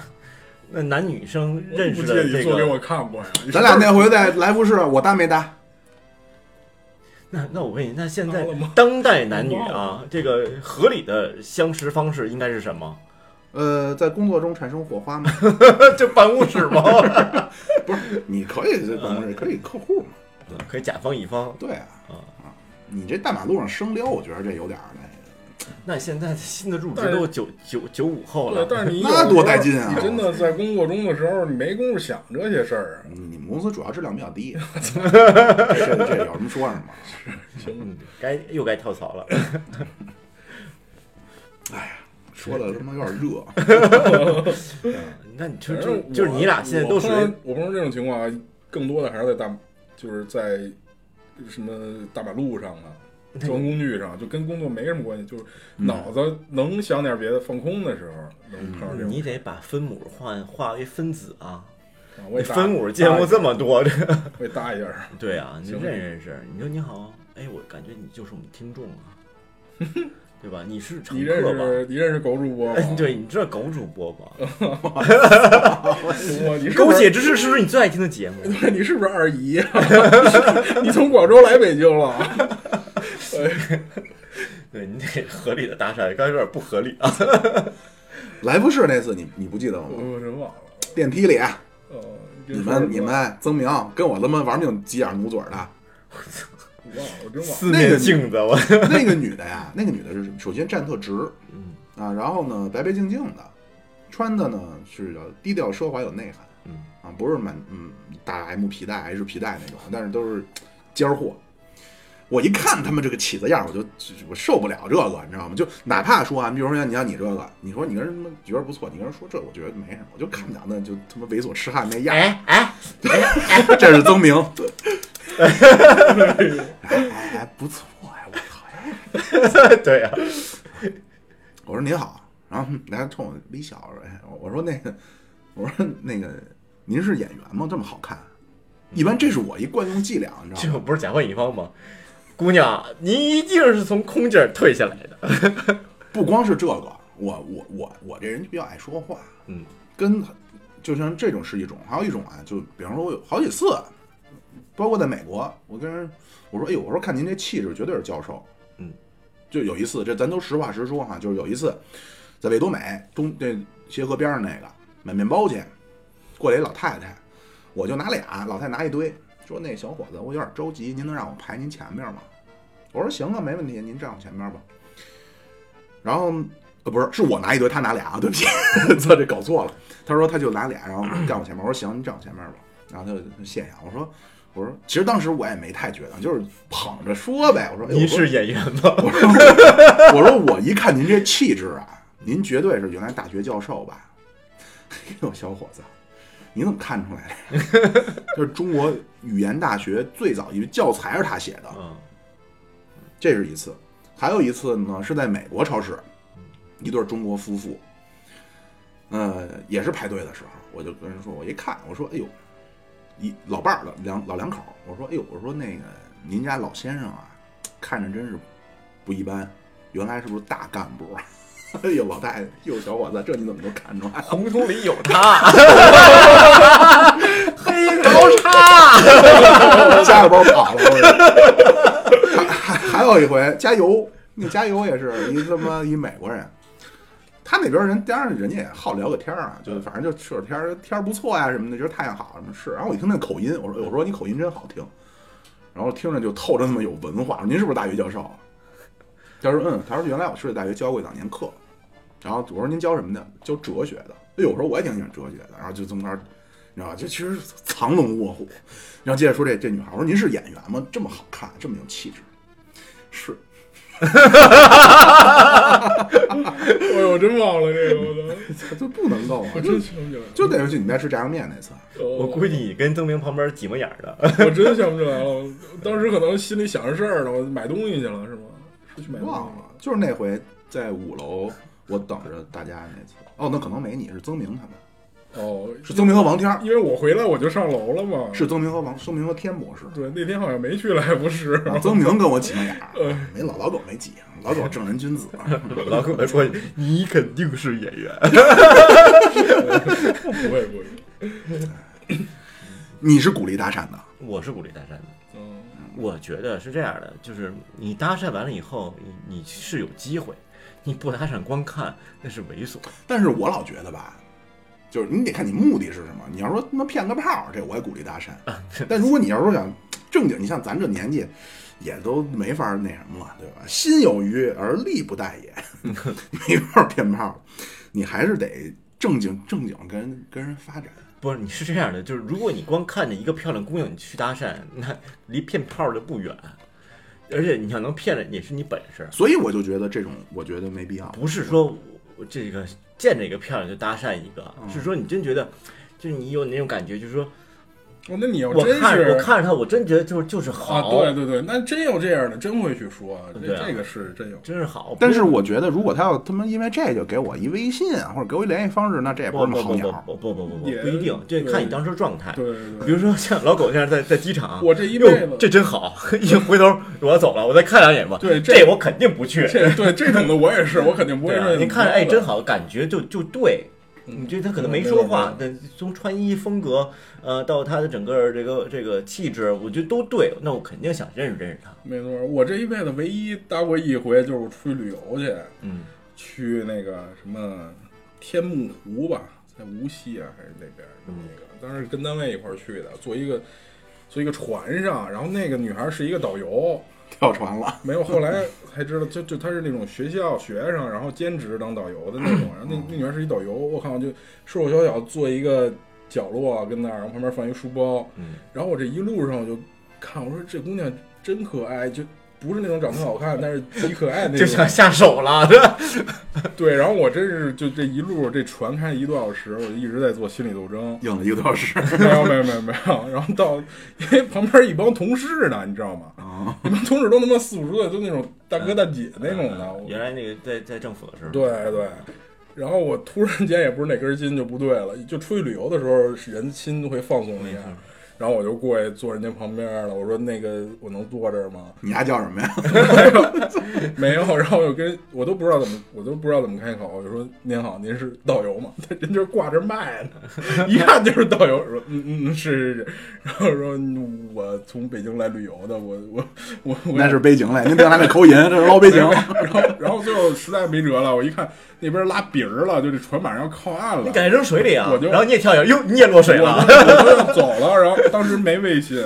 那男女生认识
不
的
介
这
意做给
个，
我看过呀？
[laughs] 咱俩那回在来福士，我搭没搭？
那那我问你，那现在
忘了吗
当代男女啊，这个合理的相识方式应该是什 [laughs] 么？
呃，在工作中产生火花吗？ [laughs]
就办公室吗？
不是，你可以在办公室，可以客户嘛？
对 [laughs] 可以甲方乙方。
对啊，
啊
啊，你这大马路上生撩，我觉得这有点儿那
那现在新的入职
但是
都九九九五后
对
了，，
但是你有
那
时
多
候
带劲啊
你真的在工作中的时候，你没工夫想这些事儿啊。
个。你你们公司主要质量比较低，啊这这有什么说什么。
嗯，该又该跳槽
[laughs]
了。
说的他妈有点热，
那你就
反
就
正
就是你俩现在都属
是
于
我碰上这种情况啊，更多的还是在大，就是在什么大马路上啊，交通工具上，就跟工作没什么关系，就是
嗯
脑子能想点别的，放空的时候能碰上这种。
嗯你得把分母换化为分子啊！
啊我也搭
分母见过这么
[laughs]
多的，
搭我也搭一下，
对啊，你就
行
认识认识。你说你好，哎，我感觉你就是我们听众啊，
[laughs]
对吧？你是
你
乘
认
客吧？
识你哦认识狗主播吗？
哎，对，你知道狗主播吧？
哇，你是
狗
不是
血之士是不是你最爱听的节目？啊
对 [laughs] 你是不是二姨啊？ [laughs] 你从广州来北京了？ [laughs]
对你得合理的搭讪，刚才有点不合理啊。
来福士那次你你不记得了
我
吗？
我真忘了。
电梯里啊
呃，
你们你们曾明跟我他妈玩命急眼努嘴儿的，
忘了，我真忘了。
四面镜子，我
[laughs] 那个女的呀，那个女的是首先站特直，
嗯
啊，然后呢白白净净的，穿的呢是要低调奢华有内涵，
嗯
啊，不是满嗯大 M 皮带 H 皮带那种，但是都是尖儿货。我一看他们这个起子样儿，我就就我受不了这个，你知道吗？就哪怕说啊，比如说像你像你这个，你说你跟人他妈觉得不错，你跟人说这，我觉得没什么，我就看长得就他妈猥琐痴汉那样儿，
哎
[laughs]
哎， [laughs]
这是曾明。哎哎，不错呀，我操！哎
对啊，
我说您好，然后来冲我微笑，我说哎我说那个，我说那个，您是演员吗？这么好看，一般这是我一惯用伎俩，
[laughs]
你知
这
道
个
吗？
不是甲方乙方吗？姑娘，您一定是从空姐儿退下来的。
不光是这个，我我我我这人就比较爱说话，
嗯，
跟就像这种是一种，还有一种啊，就比方说我有好几次，包括在美国，我跟人我说，哎呦，我说看您这气质绝对是教授，
嗯，
就有一次，这咱都实话实说哈，就是有一次在魏多美东那协和边上那个买面包去，过来一老太太，我就拿俩，老太太拿一堆，说那小伙子我有点着急，您能让我排您前面吗？我说行啊，没问题，您站我前面吧。然后呃不是，是我拿一堆，他拿俩啊，对不起， [laughs] 操这搞错了。他说他就拿俩，然后站我前面。我说行，你站我前面吧。然后他就他就谢谢啊我说我说其实当时我也没太觉得，就是捧着说呗。我说哎
您
我说
是演员吗？
[laughs] 我说我说我一看您这气质啊，您绝对是原来大学教授吧？ [laughs] 哎呦，小伙子，你怎么看出来的？ [laughs] 就是中国语言大学最早一个教材是他写的，
嗯，
这是一次。还有一次呢，是在美国超市，一对中国夫妇，呃，也是排队的时候，我就跟人说，我一看，我说，哎呦，一老伴儿了，两老两口儿，我说，哎呦，我说那个您家老先生啊，看着真是不一般，原来是不是大干部啊？ [laughs] 哎呦，老太太，哟，小伙子，这你怎么都看出来啊了？
红土里有他，黑高差，
[laughs] 加个包跑了。我还还还有一回加油，那加油也是一他妈一美国人，他那边人当然人家也好聊个天儿啊，就反正就说天儿天儿不错呀、什么的，觉得太阳好什么是。然后我一听那口音，我说我说你口音真好听，然后听着就透着那么有文化。我说您是不是大学教授啊？他说嗯，他说原来我是在大学教过一两年课，然后我说您教什么的？教哲学的。哎呦，我说我也挺喜欢哲学的，然后就这么着，你知道吧？就其实藏龙卧虎。然后接着说这这女孩，我说您是演员吗？这么好看，这么有气质，是。
哎呦，我真忘了这个，我操！
这不能够啊
[laughs] 我！真想不起来了，呃
就得去你们家吃炸酱面那次，
[laughs]
啊
[laughs] 我估计你跟曾明旁边挤眉眼儿 [laughs] 的，
我真想不起来了。我当时可能心里想着事儿呢，我买东西去了，是吗？是去买东西
忘了，就是那回在五楼，我等着大家那次。哦，那可能没你，是曾明他们，
哦，
是曾明和王天儿，
因为我回来我就上楼了嘛。
是曾明和王，曾明和天博士。
对，那天好像没去了，还不是？ [laughs]
啊曾明跟我挤眉眼儿，没老老狗没挤，老狗正人君子。啊
老跟我说你肯定是演员，
不会不会，
你是鼓励搭讪的，
我是鼓励搭讪的。
嗯，
我觉得是这样的，就是你搭讪完了以后，你你是有机会，你不搭讪光看那是猥琐。
但是我老觉得吧，就是你得看你目的是什么。你要说他妈骗个炮儿，这我也鼓励搭讪。
啊
但如果你要说想正经，你像咱这年纪，也都没法那什么了，对吧？心有余而力不逮
[laughs]
也，没法骗炮儿，你还是得正经正经跟人跟人发展。
不是，你是这样的，就是如果你光看着一个漂亮姑娘你去搭讪，那离骗炮的不远，而且你要能骗了也是你本事，
所以我就觉得这种，我觉得没必要。
不是说我这个见着一个漂亮就搭讪一个，
嗯
是说你真觉得，就是你有那种感觉，就是说
哦，那你要
我
真
看
是
我看着她，我真觉得就是就是
啊，
好，
对对对，那真有这样的，真会去说，这、
对啊
这个是真有。
真是好。
但是我觉得，如果他要他妈因为这就给我一微信啊，或者给我一联系方式，那这也不
不
是
不
什么好鸟
不不
儿。
不不不不不
也
不一定，这看你当时状态。
对对
比
对，
如说像老狗那样在在机场，
我这一辈
哟
子
这真好， [laughs] 一回头我要走了，我再看两眼吧。
对这
这我肯定不去。
这对这种的我也是，我肯定不会
对
说、
啊，你看着哎真
好，
好，感觉就就对。你觉得他可能没
没
说
有
话，但从穿衣风格，呃，到他的整个这个这个气质，我觉得都对。那我肯定想认识认识他。
没错，我这一辈子唯一搭过一回就是我出去旅游去，
嗯，
去那个什么天目湖吧，在无锡啊还是那边儿那个，
嗯
当时跟单位一块儿去的，坐一个坐一个船上，然后那个女孩是一个导游，
跳船了，
没有，后来才知道，就就他是那种学校学生，然后兼职当导游的那种。然后那
嗯
那女孩是一导游，我靠，就瘦瘦小小坐一个角落跟那儿，然后旁边放一书包。
嗯，
然后我这一路上我就看，我说这姑娘真可爱，就不是那种长得好看，但是极可爱那
[laughs] 就想
种。
下手了，对吧？
对，然后我真是就这一路这船开一个多小时，我就一直在做心理斗争。
用了一个多小时。
没有没有没有没有，然后到因为旁边一帮同事呢，你知道吗？
哦
啊，
一帮同事都他妈四五十岁，都那种大哥大姐那种的。我
原来那个在在政府的时候，
对对，然后我突然间也不是哪根筋就不对了，就出去旅游的时候人心都会放松一下，然后我就过去坐人家旁边了，我说那个我能坐这儿吗？ [laughs]
你丫叫什么呀？
没有，然后我就跟我都不知道怎么，我都不知道怎么开口，我就说您好，您是导游吗？ [laughs] 他人就是挂着麦呢，一看就是导游，说嗯嗯嗯是是是，然后说嗯我从北京来旅游的，我我我我
那是北京嘞，您别拿那口音，这是老北京。
[laughs] 然后然后最后实在没辙了，我一看那边拉饼儿了，就这船马上要靠岸了
你，赶紧扔水里啊
我！就
然后你也跳下，哟，你也落水
我
了。
就我就走了，然后当时没微信，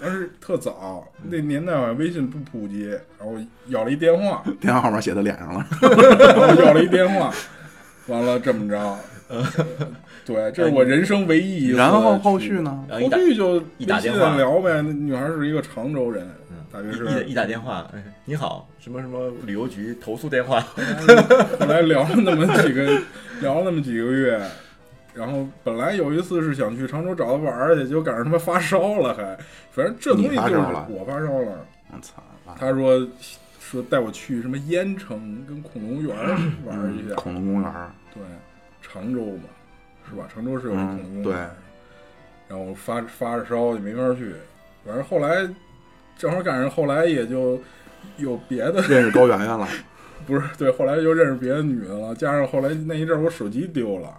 当时特早，那年代好像微信不普及，然后要了一电话， [laughs]
电话号码写他脸上了。
然后要了一电话，完了这么
[laughs]
着，对，这是我人生唯一一次。
然后后续？呢？
然后
后
一打
续就
一打
微信
电话嗯
聊呗。那女孩是一个常州人，大约是 [laughs]
一一一打电话，哎你好，什么什么旅游局投诉电话， [laughs]
后来聊了那么几个，聊了那么几个月，然后本来有一次是想去常州找他玩儿去，结果赶上他妈发烧了还，反正这东西
你
就
发
是
烧了
我发烧了。
我操！
他说说
[clears throat]
带我去什么盐城跟恐龙园儿玩儿一下，
嗯
啊
恐龙公园儿，
对，常州嘛，是吧？常州是有这恐龙
嗯，
宫
对
的，，然后发发着烧也没法去，反正后来正好赶上后来也就有别的，
认识高圆圆了，
不是对，后来就认识别的女的了，加上后来那一阵儿我手机丢了，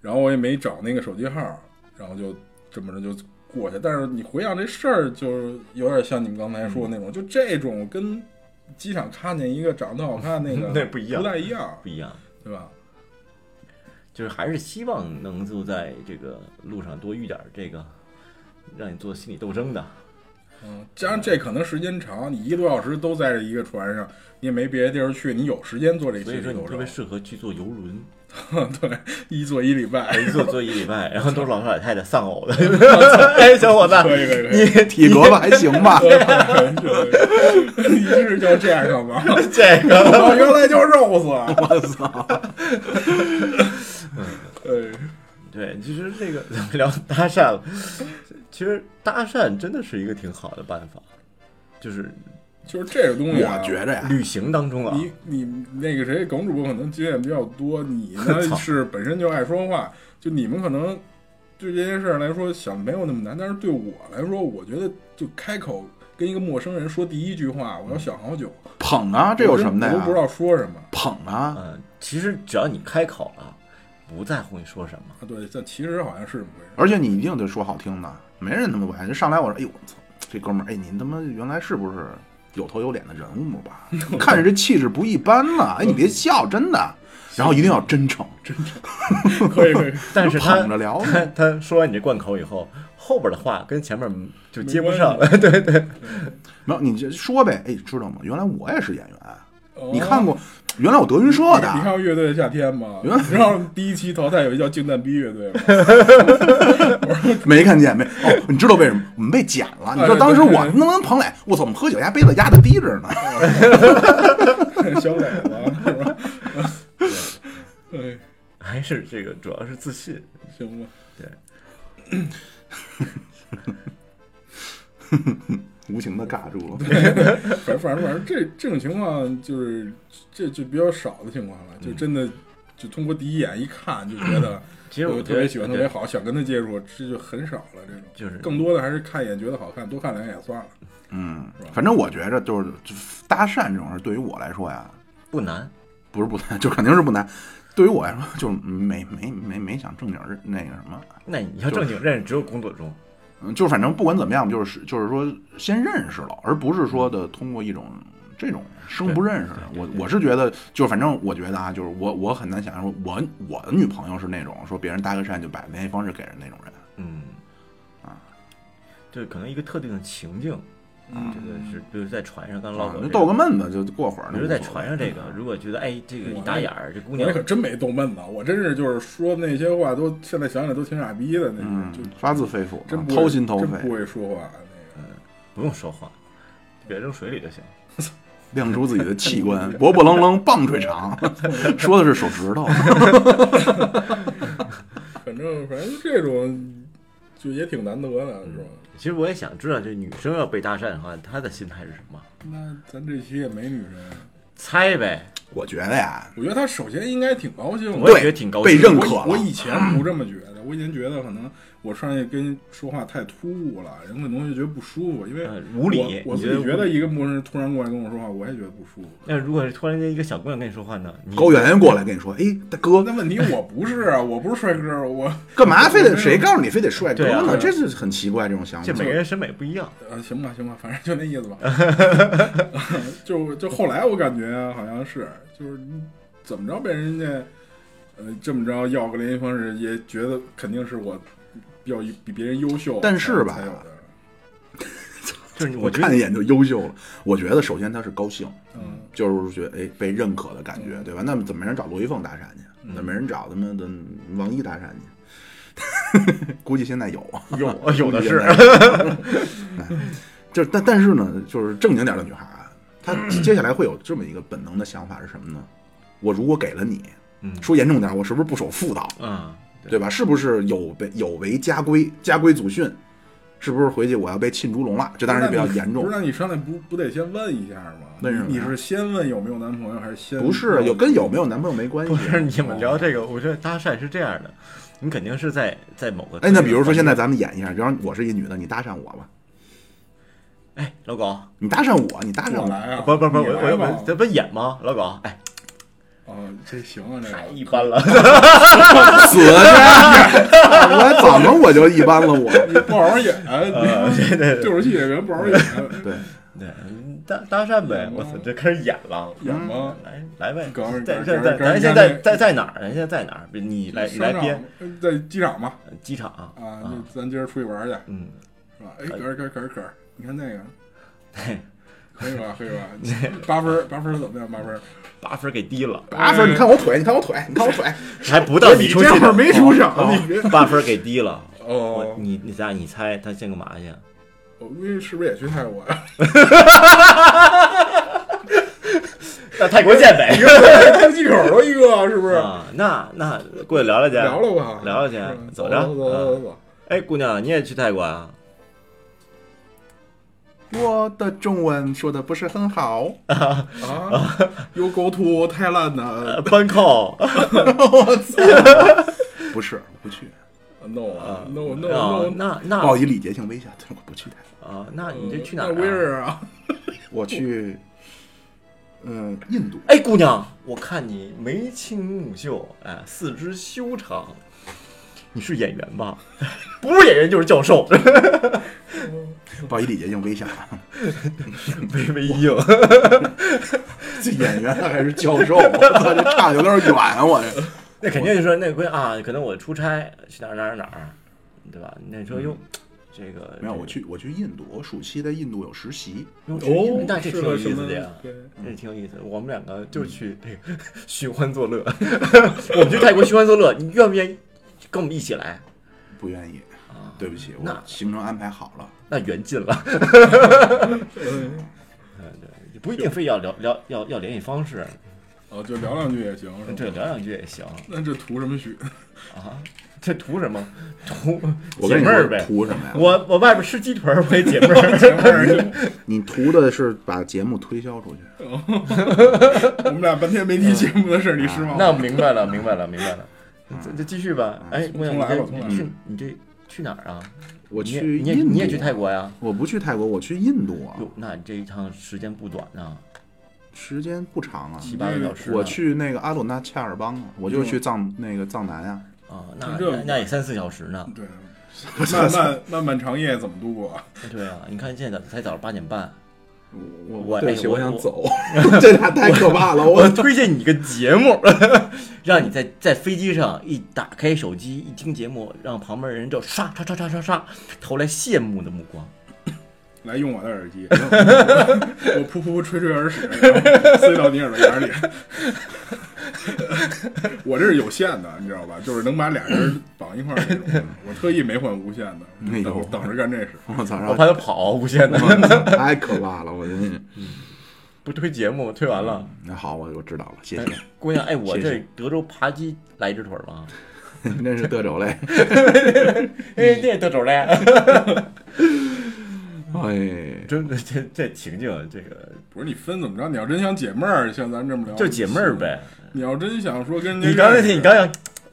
然后我也没找那个手机号，然后就这么着就过去。但是你回想这事儿，就是有点像你们刚才说的那种，就这种跟机场看见一个长得好看那个
那不一样
不太一样，
不一样，
对吧？
就是还是希望能就在这个路上多遇点儿这个让你做心理斗争的，
嗯，加上这可能时间长，你一个多小时都在这一个船上，你也没别的地儿去，你有时间做这些
所以说你
斗
特
争
别。适合去坐游轮，
对，一坐一礼拜，
[laughs] 一坐坐一礼拜，然后都是老头老太太丧偶 [laughs] 的，哎，小伙子，
可以可以可以
你
体格吧还行
[laughs]
吧，
对一是就这样上吧。
这个
我哦原来就是肉丝，我操！
对，其实这个咱们聊搭讪了，其实搭讪真的是一个挺好的办法，就是
就是这个东西、啊，
我觉着呀，
旅行当中啊，
你你那个谁，耿主播可能经验比较多，你
[laughs]
呢
操
是本身就爱说话，就你们可能对这件事儿来说想没有那么难，但是对我来说，我觉得就开口跟一个陌生人说第一句话，我要想好久，
捧啊，嗯这有什么的
我都
呀
不？知道说什么。
捧啊，
嗯，其实只要你开口了，不在乎你说什么，
啊，对，但其实好像是这么回事。
而且你一定得说好听的，没人他妈不爱。人上来我说，哎呦，我操，这哥们儿，哎，您他妈原来是不是有头有脸的人物吧？ [laughs] 看着这气质不一般呢，哎，你别笑，真的。然后一定要真诚，真
可以可以，
但是他
捧着聊
他他说完你这贯口以后，后边的话跟前面就接不
[laughs]
上了， [laughs] 对对，
没有你就说呗，哎，知道吗？原来我也是演员，
哦
你看过，原来我德云社的
你，看过乐队的夏天吗？
啊
原来
你知道第一期淘汰有一叫“净蛋逼”乐队吗？[laughs]
[laughs]
没看见没？哦，你知道为什么我们被剪
[laughs]
了？你知道当时
对对
我
对
弄完彭磊，我操，我们喝酒压杯子压的低着呢。
小磊子是吧？ [laughs] 对，
还是这个主要是自信，
行吧。
对，
无情的尬住了，
反正反正反正这这种情况就是这就比较少的情况了，
嗯
就真的就通过第一眼一看就觉得，
[clears throat] 其实
我
我
特
觉得呃
别喜欢，特
对
别好，想跟他接触，这就很少了。这种
就是
更多的还是看一眼觉得好看，多看两眼算了。
嗯，反正我觉着就是就搭讪这种事，对于我来说呀，
不难，
不是不难，就肯定是不难。对于我来说，就是没没没没想正经儿那个什么，
那你要正经认识只有工作中，
嗯，就是反正不管怎么样，就是就是说先认识了，而不是说的通过一种这种生不认识的。我我是觉得，就是反正我觉得啊，就是我我很难想象说我我的女朋友是那种说别人搭个讪就把联系方式给人那种人。
嗯，啊，对，可能一个特定的情境，
嗯
这个啊是，比如在船上，刚
啊
唠过
就
这
逗
个，
个闷子就过会儿。嗯
比如在船上这个，如果觉得哎，这个一打眼儿，这姑娘
我可真没逗闷子，我真是就是说那些话都现在想想都挺傻逼的，那
嗯
种就，
发自肺腑，啊
真不会
掏心掏
真
肺
不，会说话。那个
不用说话，给扔水里就行。
亮出自己
[laughs]
的器官，勃勃楞楞，棒槌长， [laughs] 说的是手指头。 [laughs]
反正反正这种就也挺难得的，是吧？
其实我也想知道，这女生要被搭讪的话，她的心态是什么？
那咱这期也没女生，
猜呗，
我觉得呀，
我觉得他首先应该挺高兴的。
我也觉得挺高兴
被认可
我我
了。
以前不这么觉得，我以前觉得可能我上去跟人说话太突兀了，人可能就觉得不舒服，因为
呃无理嗯
我我
你
自
觉
己觉
得无
得一个陌生人突然过来跟我说话，我也觉得不舒服。
那如果是突然间一个小姑娘跟你说话呢？你
高圆圆过来跟你说，哎，大哥，
那问题我不是啊，我不是帅哥，我
干嘛非得谁告诉你非得帅哥
对
呢？
啊
这是很奇怪这种想法
这。每个人审美不一样，
呃行吧行吧，反正就那意思吧。
[laughs]
就就后来我感觉啊好像是就是怎么着被人家呃这么着要个联系方式，也觉得肯定是我比较比别人优秀，啊
但是吧
才有的。
就是
我
我觉
看
得
一眼就优秀了。我觉得首先他是高兴，
嗯，
就是觉得哎被认可的感觉，对吧？那么怎么没人找罗一凤搭讪去？
嗯
那没人找他妈的王一搭讪去？ [laughs] 估计现在有啊，
有
[laughs]
有的是， [laughs]
哎就但但是呢，就是正经点的女孩啊，
[clears throat]
她接下来会有这么一个本能的想法是什么呢？我如果给了你，
嗯
说严重点，我是不是不守妇道，
嗯，
对吧？是不是有违有违家规家规祖训？是不是回去我要被浸猪笼了？这当然是比较严重
不是，。那你上来不不得先问一下吗？
为什么呀
你是先问有没有男朋友，还是先
不是，有跟有没有男朋友没关系啊
不。是你们聊这个，我觉得搭讪是这样的，你肯定是在在某个
哎，那比如说现在咱们演一下，比方我是一女的，你搭讪我吧，
哎老狗，
你搭讪我，你搭讪
我
我，
来啊？
不不不，我
你来
我
吧
我这不演吗？老狗，哎
哦，这行啊，这
太
个
一 [laughs] 般了，
死去！我怎么我就一般了我？
你不好好
[laughs]
演，
啊
呃
你
对对
[laughs]
对
就是戏演员不好好演，
对，
对嗯搭搭讪呗，我操，这开始演了。
演吗？
来来呗
搞一，
在
搞
在
搞
在，
搞
咱
搞
现
搞
在在在哪儿？咱现在在哪儿？不是你来你
商
来
场
编
呃在机场嘛
机场啊
啊，那咱今儿出去玩去
嗯，
是吧？哎，嗝儿嗝儿嗝儿嗝儿，你看那
[laughs]
个。可以吧，可以吧，八分儿八分儿怎么样？八分儿
八分给低了，
[laughs] 八分，你看我腿，你看我腿，你看我腿，哎
还不到你出去
这会儿
的，
没出手，
八分给低了。我
哦，
你你咱俩你猜他先干嘛去？
我估计是不是也去泰国呀？
那泰国见呗。
登机口了一个，是不是？
啊，那那过去聊聊去，
聊聊吧，
聊聊去
是吧
走
走
着
走走走走。
哎，姑娘，你也去泰国啊？
我的中文说的不是很好，
啊，You
[laughs]
go to 太烂的
呃，班扣，
不是，我不去，
no 啊 [laughs] no no
啊
no，
那
报
那
以礼节性微笑，对，我不去泰国，
啊，那你这去哪儿
那 where
啊？ [laughs]
啊？
我去，嗯，印度，
哎，姑娘，我看你眉清目秀，哎，四肢修长，你是演员吧？ [laughs] 不是演员就是教授，
报以礼节性微笑，啊
[laughs] 微微一硬。
这演员
啊
还是教授，我操，这差的有点远啊，我这。
[laughs] 那肯定就说那闺啊，可能我出差去哪儿哪儿哪儿，对吧？那你说哟，这个
没有，我，去我去印度，我暑期在印度有实习，
这个哟
哦，
那这挺
是
有
个
意
什
思
么
的呀。
对
这挺有意思的，我们两个就去 [laughs] 这个寻欢作乐， [laughs] 我们去泰国寻欢作乐，你愿不愿意跟我们一起来？
不愿意，
啊，
对不起，
那
我行程安排好了。
那缘尽了。
嗯
嗯，对，也不一定非要聊聊要要联系方式，
哦，就聊两句也行，是吧
对，聊两句也行
那这图什么许？
啊。这图什么？图
我
解
跟你
闷儿
说，
呗。
图什么呀？
我我外边吃鸡腿儿，我也解闷
哦
儿。
你图的是把节目推销出去。
我们俩半天没提节目的事儿，你失望
[laughs] 那
了？
明白了，明白了，明白了。这这继续吧。哎，姑娘，
重来吧重
你这
来
你去你这去哪儿啊？
我
你也
去
你也
印度，
你也去泰？国呀？
我不去泰国，我去印度啊，
哟，那你这一趟时间不短呢，
时间不长啊。
七八个小时呢。
我去那个阿鲁纳恰尔邦啊，我就去藏那个藏南啊。
啊，那
这
那嗯那也三四小时呢。
对，漫漫漫漫长夜怎么度过？
对啊，你看现在才早上八点半。
我
我
对不起，
哎我
我想
[laughs]
走，这俩太可怕了。
我
我
推荐你一个节目， [laughs] 让你在在飞机上一打开手机一听节目，让旁边人就刷刷刷刷刷刷投来羡慕的目光。
来用我的耳机，我噗噗吹吹耳屎，然后塞到你耳朵眼里。我这是有线的，你知道吧？就是能把俩人绑一块儿那种的。我特意没换无线的，
哎呦
等等着干这事。
我操，
我
然后
怕他跑啊无限的， [laughs]
[laughs] 太可怕了，我真是。
不推节目，推完了。
那好，我我知道了，谢
哎
谢。
嗯姑娘，哎，我
谢
这
谢
德州扒鸡来一只腿儿吗？
真是得着 [laughs] 嘞。
[laughs] 哎，这德州嘞，
哎，
[laughs] 真的这这情境，这个
不是你分怎么着？你要真想解闷儿，像咱这么聊，
就解闷儿。呗。
你要真想说跟人家
你刚才
认识
你刚想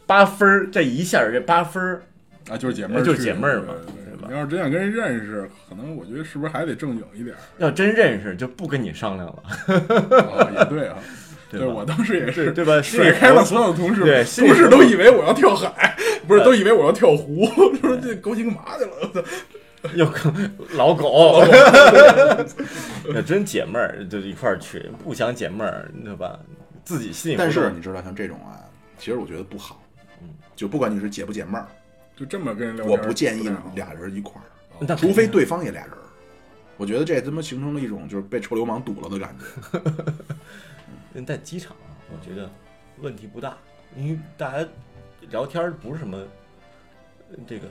八分儿，这一下儿这八分儿，
啊，就是解闷儿去，
呃就是解闷儿嘛
对对
对吧
你要是真想跟人认识，可能我觉得是不是还得正经一点
[laughs]
儿？
要真认识就不跟你商量了，
啊，也对啊，
[laughs] 对
对
吧
我当时也是 [laughs]
对 [laughs] 对吧？
甩开了所有同事，
对心里呃
同事都以为我要跳海，不是都以为我要跳湖， [laughs] 说这高兴干嘛去了？
[laughs] 又跟
[laughs]
老狗，要真解闷儿就一块儿去，不想解闷儿，对吧？自己心里
但
活
是
动
你知道，像嗯这种啊，嗯其实我觉得不好。就不管你是解不解闷儿，
就这么跟人聊
我
天，
不建议
太好
俩人一块儿，
那
除非对方也俩人儿。我觉得这他妈形成了一种就是被臭流氓堵了的感觉。
但在机场啊，我觉得问题不大，因为大家聊天儿不是什么呃这个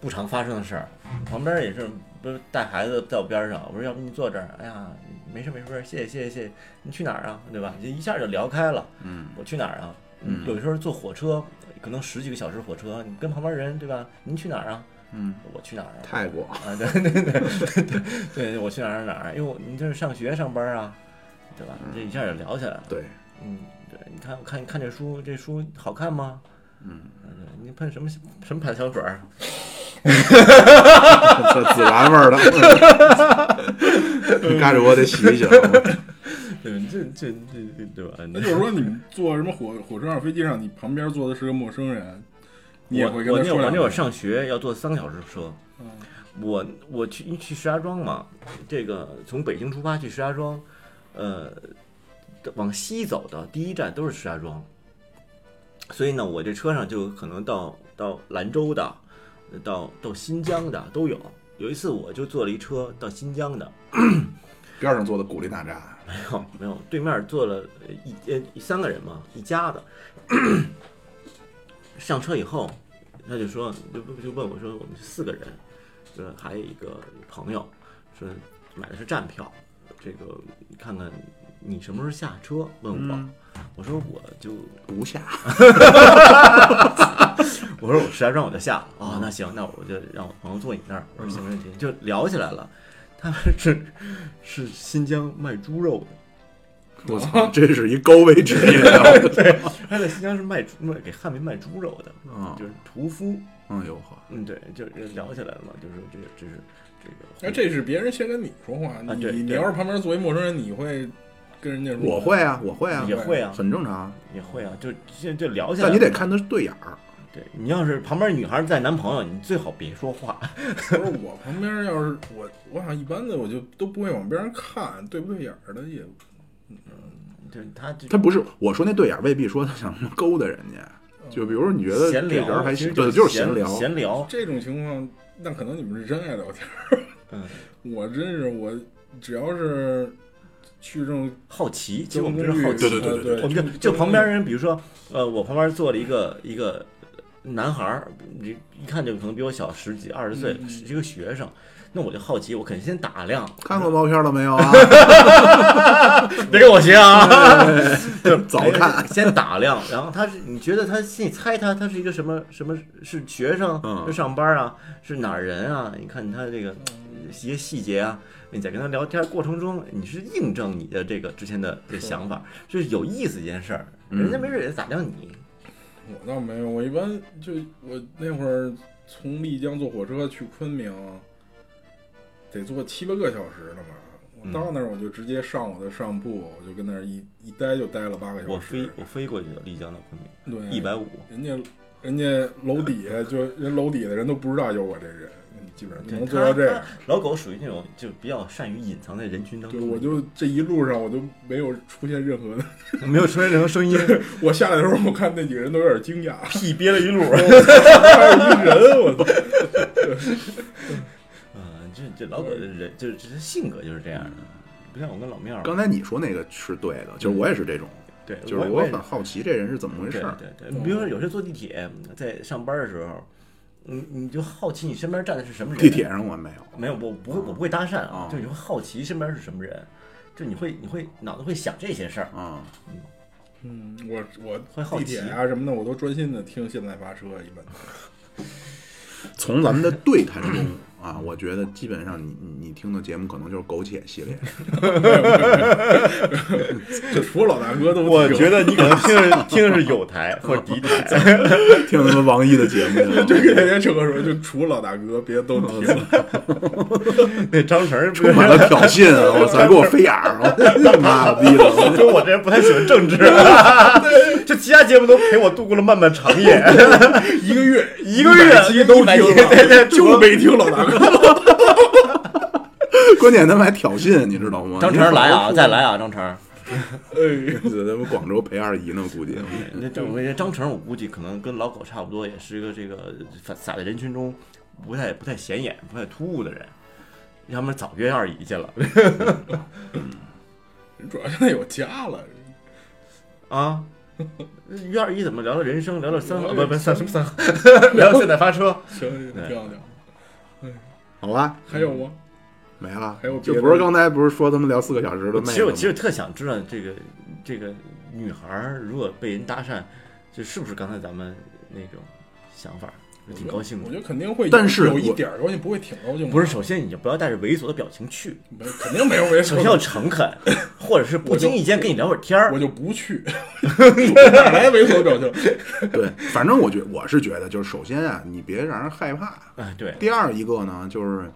不常发生的事儿。旁边儿也是，不是带孩子在我边儿上，我说要不你坐这儿，哎呀，没事没事，谢谢谢谢谢谢，你去哪儿啊？对吧？就一下就聊开了。
嗯，
我去哪儿啊？
嗯
有时候坐火车，可能十几个小时火车，你跟旁边人对吧？您去哪儿啊？
嗯，
我去哪儿啊？
[laughs] 泰国
啊，对对对对对对，我去哪儿哪儿哪儿？因为我你这是上学上班啊，对
嗯
吧？这一下就聊起来了。
对， [laughs]
嗯，对，你看看看这书，这书好看吗？
嗯，
对你喷什么什么牌子香水儿？ [laughs]
这孜然味儿的， [laughs] 嘎着我得洗一洗了。
对，这这这这对吧？
那就是说，你坐什么火火车上、飞机上，你旁边坐的是个陌生人，你也
我
会跟
我
他
那
说
会儿
两
那会儿
句。嗯
上学要坐三个小时车，我我去去石家庄嘛，这个从北京出发去石家庄，呃，往西走的第一站都是石家庄，所以呢，我这车上就可能到到兰州的，呃到到新疆的都有。有一次我就坐了一车到新疆的，
边上坐的古力娜扎，
没有没有，对面坐了呃一呃三个人嘛，一家子。 [coughs] 上车以后，他就说就就问我说我们是四个人，说还有一个朋友，说买的是站票，这个看看你什么时候下车，问我，我说我就
不下，
我说我石家庄我就下了啊、那行，那我就让我朋友坐你那儿。我说行没问题，就聊起来了。他们是是新疆卖猪肉的，
我操，这是一高危职业 [laughs] 啊！
他在新疆是卖猪卖给汉民卖猪肉的，
嗯
就是屠夫。
嗯，呦呵，
嗯，对，就是聊起来了嘛，就是这个，这是这
哎，
个。
这是别人先跟你说话，你
啊对
你你
对
要是旁边坐一陌生人，你会跟人家说？
我会啊，我会啊
也，会啊，
很正常。
也会啊，就就就聊起来。
但你得，看他对眼儿，
对你要是旁边女孩带男朋友，你最好别说话。
[laughs] 不是我旁边要是我，我好像一般的我就都不会往边上看，对不对眼儿的也。
就是他就
他不是我说那对眼儿，未必说他想什么勾搭人家。就比如说你觉得这
闲
人
聊，
儿还
其
行，
实
对，
就是
闲聊。
闲聊。
这种情况，那可能你们是真爱聊天。
嗯，
我真是我，只要是去这种
好奇， [laughs] 其实
交
我
通公
们就是
寓，
好
呃
奇
对。对对对
我们就就旁边，人，比如说，呃，我旁边坐了一个一个男孩儿，你一看就可能比我小十几二十岁，
嗯
是一个学生。那我就好奇，我肯定先打量，
看过毛片了没有
[laughs]
啊？
别跟我学啊！
早看，
先打量，然后他是你觉得他你猜他他是一个什么什么是学生，
嗯
是上班啊，是哪儿人啊？你看他这个呃一些细节啊，你在跟他聊天过程中，你是印证你的这个之前的这想法，是有意思一件事儿，
嗯
人家没准也打量你，
我倒没有，我一般就我那会儿从丽江坐火车去昆明，得坐七八个小时呢嘛。
嗯
我到那儿我就直接上我的上铺，我就跟那儿一一待就待了八个
我
小
飞
时。
我飞过去的丽江到昆明
对，
一百五，
人家人家楼底下就人楼底下的人都不知道有我这人，嗯基本上就
对
能做
他
到这样
他。老狗属于那种就比较善于隐藏在人群当
对，
中，
我就这一路上我都没有出现任何的。 [laughs]
没有出现任何声音，
我下来的时候，我看那几个人都有点惊讶， [laughs]
屁憋了一路。
还有一人，
[laughs]
我操！
嗯，这这老狗的人就是这这性格就是这样的，不像我跟老庙儿。
刚才你说那个是对的，就是我也是这种，
对，
就是
嗯我
我
也
很好奇这人是怎么回
对
事儿。
对对，你比如说有时候坐地铁，在上班的时候，你你就好奇你身边站的是什么人。
地铁上我没有，
没有，我不会，我不会搭讪
啊，
啊就你会好奇身边是什么人，就你会你会脑子会想这些事儿。
啊，
嗯，我
会
我
好
地
奇
铁啊什么的，我都专心的听现代发车，一般。
从咱们的对谈中啊，我觉得基本上你你你听的节目可能就是苟且系列，
就除了老大哥都不
[laughs]
听，
得你可能听着听着是有台或者敌台，
听他妈王一的
[laughs]
节目。
这个人家这个说，就除了老大哥，别的都听。
[laughs] 那张成
充满了挑衅啊！我操，还给我飞眼儿，我 [laughs] 妈逼的！
就我这人不太喜欢政 [laughs] 治，就其他节目都陪我度过了漫漫长夜，
一个月
[laughs] 一个月
百期都听
一百期对
了，
对
就没听老大哥。
[laughs] 关键他们还挑衅，你知道吗？
[laughs] 张成来 [laughs] 啊，再来啊，张成。
哎，
你在咱们广州陪二姨呢，估计。
那张我觉得张成，我估计可能跟老狗差不多，也是一个这个撒撒在人群中不太不太显眼、不太突兀的人。要么早约二姨去了
主要现在有家了，
啊？约二姨怎么聊到人生，聊到三好，不不三什么三 [laughs] 好，聊到现在发车，
行行，挺好挺好。
好吧，
还有吗？
没了
还有。别
就
的
不是刚才不是说他们聊四个小时的妹子吗？
其实我其实特想知道这个这个女孩儿如果被人搭讪，就是不是刚才咱们那种想法？挺高兴
我
的
觉。得肯定会有，
但是
有一
我
点儿高兴，不会挺高兴。
不是，，首先你就不要带着猥琐的表情去，
没肯定没有猥
首先要
琐，
诚恳，或者是不经意间跟你聊会儿天儿
我。就不
[laughs]
去，我哪来猥琐的表情？
对，反正我觉我是觉得，就是首先啊，你别让人害怕。
哎，对，
第二一个呢，就是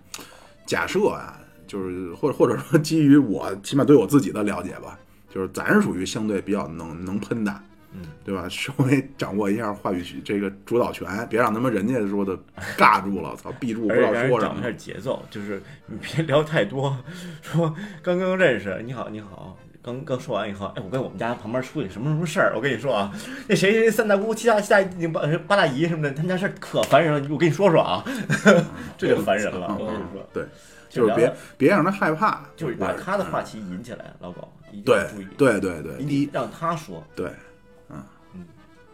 假设啊，就是或者或者说基于我起码对我自己的了解吧，就是咱是属于相对比较能能喷的，
嗯，
对吧？ [laughs] 稍微掌握一下话语这个主导权，别让他们人家说的 [laughs] 尬住了，操，闭住不
而
知
且
道
让人
说什
掌握一下
么。
节奏，就是 [laughs] 你别聊太多，说刚刚认识，你好，你好。刚刚说完以后，哎，我跟我们家旁边处理什么什么事儿，我跟你说啊，那谁谁三大姑七大七大姨八八大姨什么的，他们家事儿可烦人了，我跟你说说啊， [laughs] 这就烦人了，
嗯
我跟你说，
对，就是别
聊聊
别让他害怕，
就是把他的话题引起来，老狗一定要
对
注意，
对对对，
你
第一
得让他说，
对。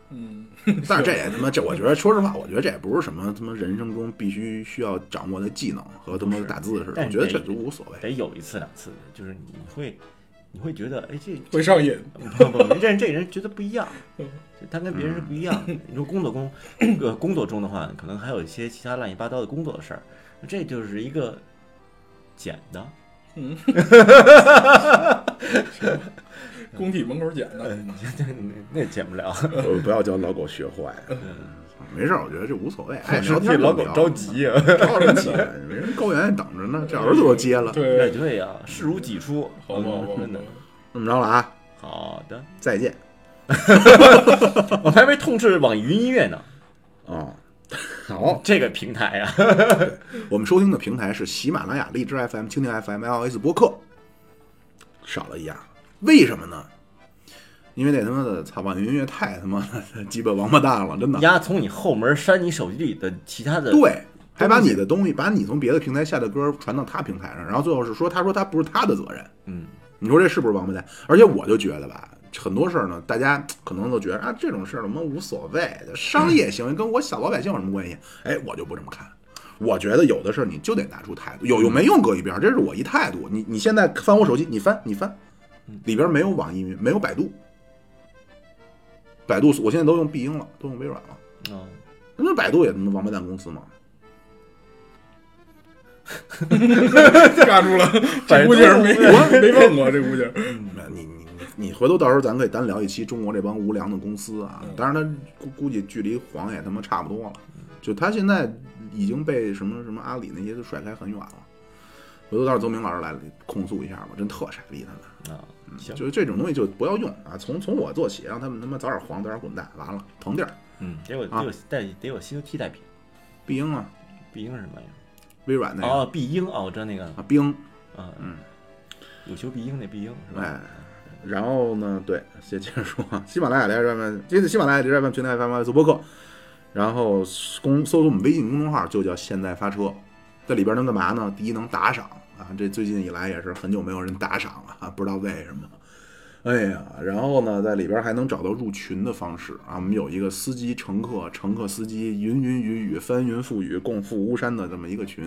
嗯，
但是这也他妈这，我觉得说实话，我觉得这也不是什么他妈人生中必须需要掌握的技能和他妈打字似的，
但
我
是
觉得
得
这都无所谓。
得有一次两次，就是你会你会觉得，哎，这
会上瘾。
不不，这人这人觉得不一样，
嗯
就他跟别人是不一样的。你说工作中，呃，工作中的话，可能还有一些其他乱七八糟的工作的事儿，这就是一个简的，
工体门口捡的，
嗯，那那减不了。
[laughs] 呃不要教老狗学坏。啊
嗯
没事儿，我觉得这无所 [laughs] 谓。爱聊天
[laughs] 老
就
狗
聊
着，急啊， [laughs]
着什么急？没人高原等着呢，这耳朵都接了。
哎，
对，
对呀，视如己出，
好吧，好吧，好
真的
吧。
这么着了啊，
好的。
再见
我还没痛斥网易云音乐呢，
啊。 [laughs] 好，
这个平台啊，
我们收听的平台是喜马拉雅、荔枝 FM、蜻蜓 FM、iOS 播客，少了一样，为什么呢？因为那他妈的操网易云音乐太他妈的鸡巴王八蛋了，真的。
丫从你后门删你手机里的其他的，
对，还把你的东西，把你从别的平台下的歌传到他平台上，然后最后是说，他说他不是他的责任，
嗯，
你说这是不是王八蛋？而且我就觉得吧，很多事儿呢，大家可能都觉得啊，这种事儿我们无所谓，商业行为跟我小老百姓有什么关系？哎，我就不这么看。我觉得有的事儿你就得拿出态度，有用没用搁一边儿，这是我一态度。你你现在翻我手机，你翻你翻，里边没有网易云，没有百度，百度我现在都用必应了，都用微软了。
哦，
那百度也他妈王八蛋公司嘛，
尬
[laughs]
住了，这估计是没没问过，这估计是。
那嗯你你你你回头到时候咱可以单聊一期中国这帮无良的公司啊
嗯，
当然他估估计距离黄也他妈差不多了，
嗯
就他现在已经被什么什么阿里那些都甩开很远了。回头到时候邹明老师来控诉一下吧，真特傻逼他们，
啊，行，
就是这种东西就不要用啊，从从我做起，让他们他妈早点黄，早点滚蛋，完了腾地儿，
嗯，得有
啊
得有得得有新的替代品，
必应啊，
必应是什么呀？
微软那个
哦，必应哦，我知道那个，
啊冰，
啊，
嗯，
有求必应那必应是吧？
哎，然后呢，对，接接着说，喜马拉雅来这边，接着喜马拉雅这边平台 FM 做播客，然后公搜索我们微信公众号就叫现在发车，在里边能干嘛呢？第一能打赏啊，这最近以来也是很久没有人打赏了、啊，不知道为什么。哎呀，然后呢，在里边还能找到入群的方式啊。我们有一个司机、乘客、乘客、司机，云云雨雨，翻云覆雨，共赴巫山的这么一个群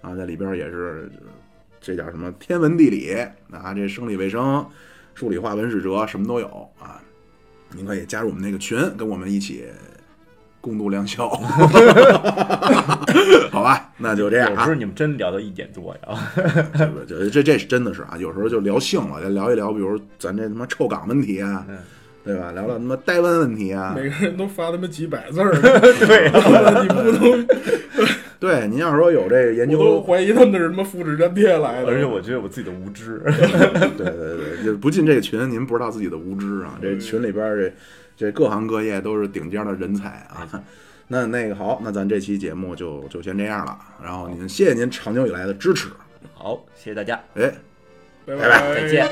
啊，在里边也是这叫什么天文地理啊，这生理卫生、数理化、文史哲什么都有啊。您可以加入我们那个群，跟我们一起共度良宵， [laughs] 好吧？那就这样
有
啊
时候。你们真聊到一点多呀，
这不这这这是真的是啊，有时候就聊性了，聊一聊，比如咱这他妈臭港问题啊，
嗯
对吧？聊聊他妈呆湾问题啊，
每个人都发他妈几百字儿，
[laughs]
对、
啊
[laughs] 你不能，
对，您要是说有这研
我都
究，
怀疑他们那是什么复制粘贴
哎
来的。
而且我觉得我自己的无知， [laughs]
对对对，就不进这个群，您不知道自己的无知啊。这群里边儿这这各行各业都是顶尖的人才
没错
啊。 [laughs] 那那个好，那咱这期节目就就先这样了。然后您谢谢您长久以来的支持，
好，谢谢大家，
哎，
拜
拜拜
再见。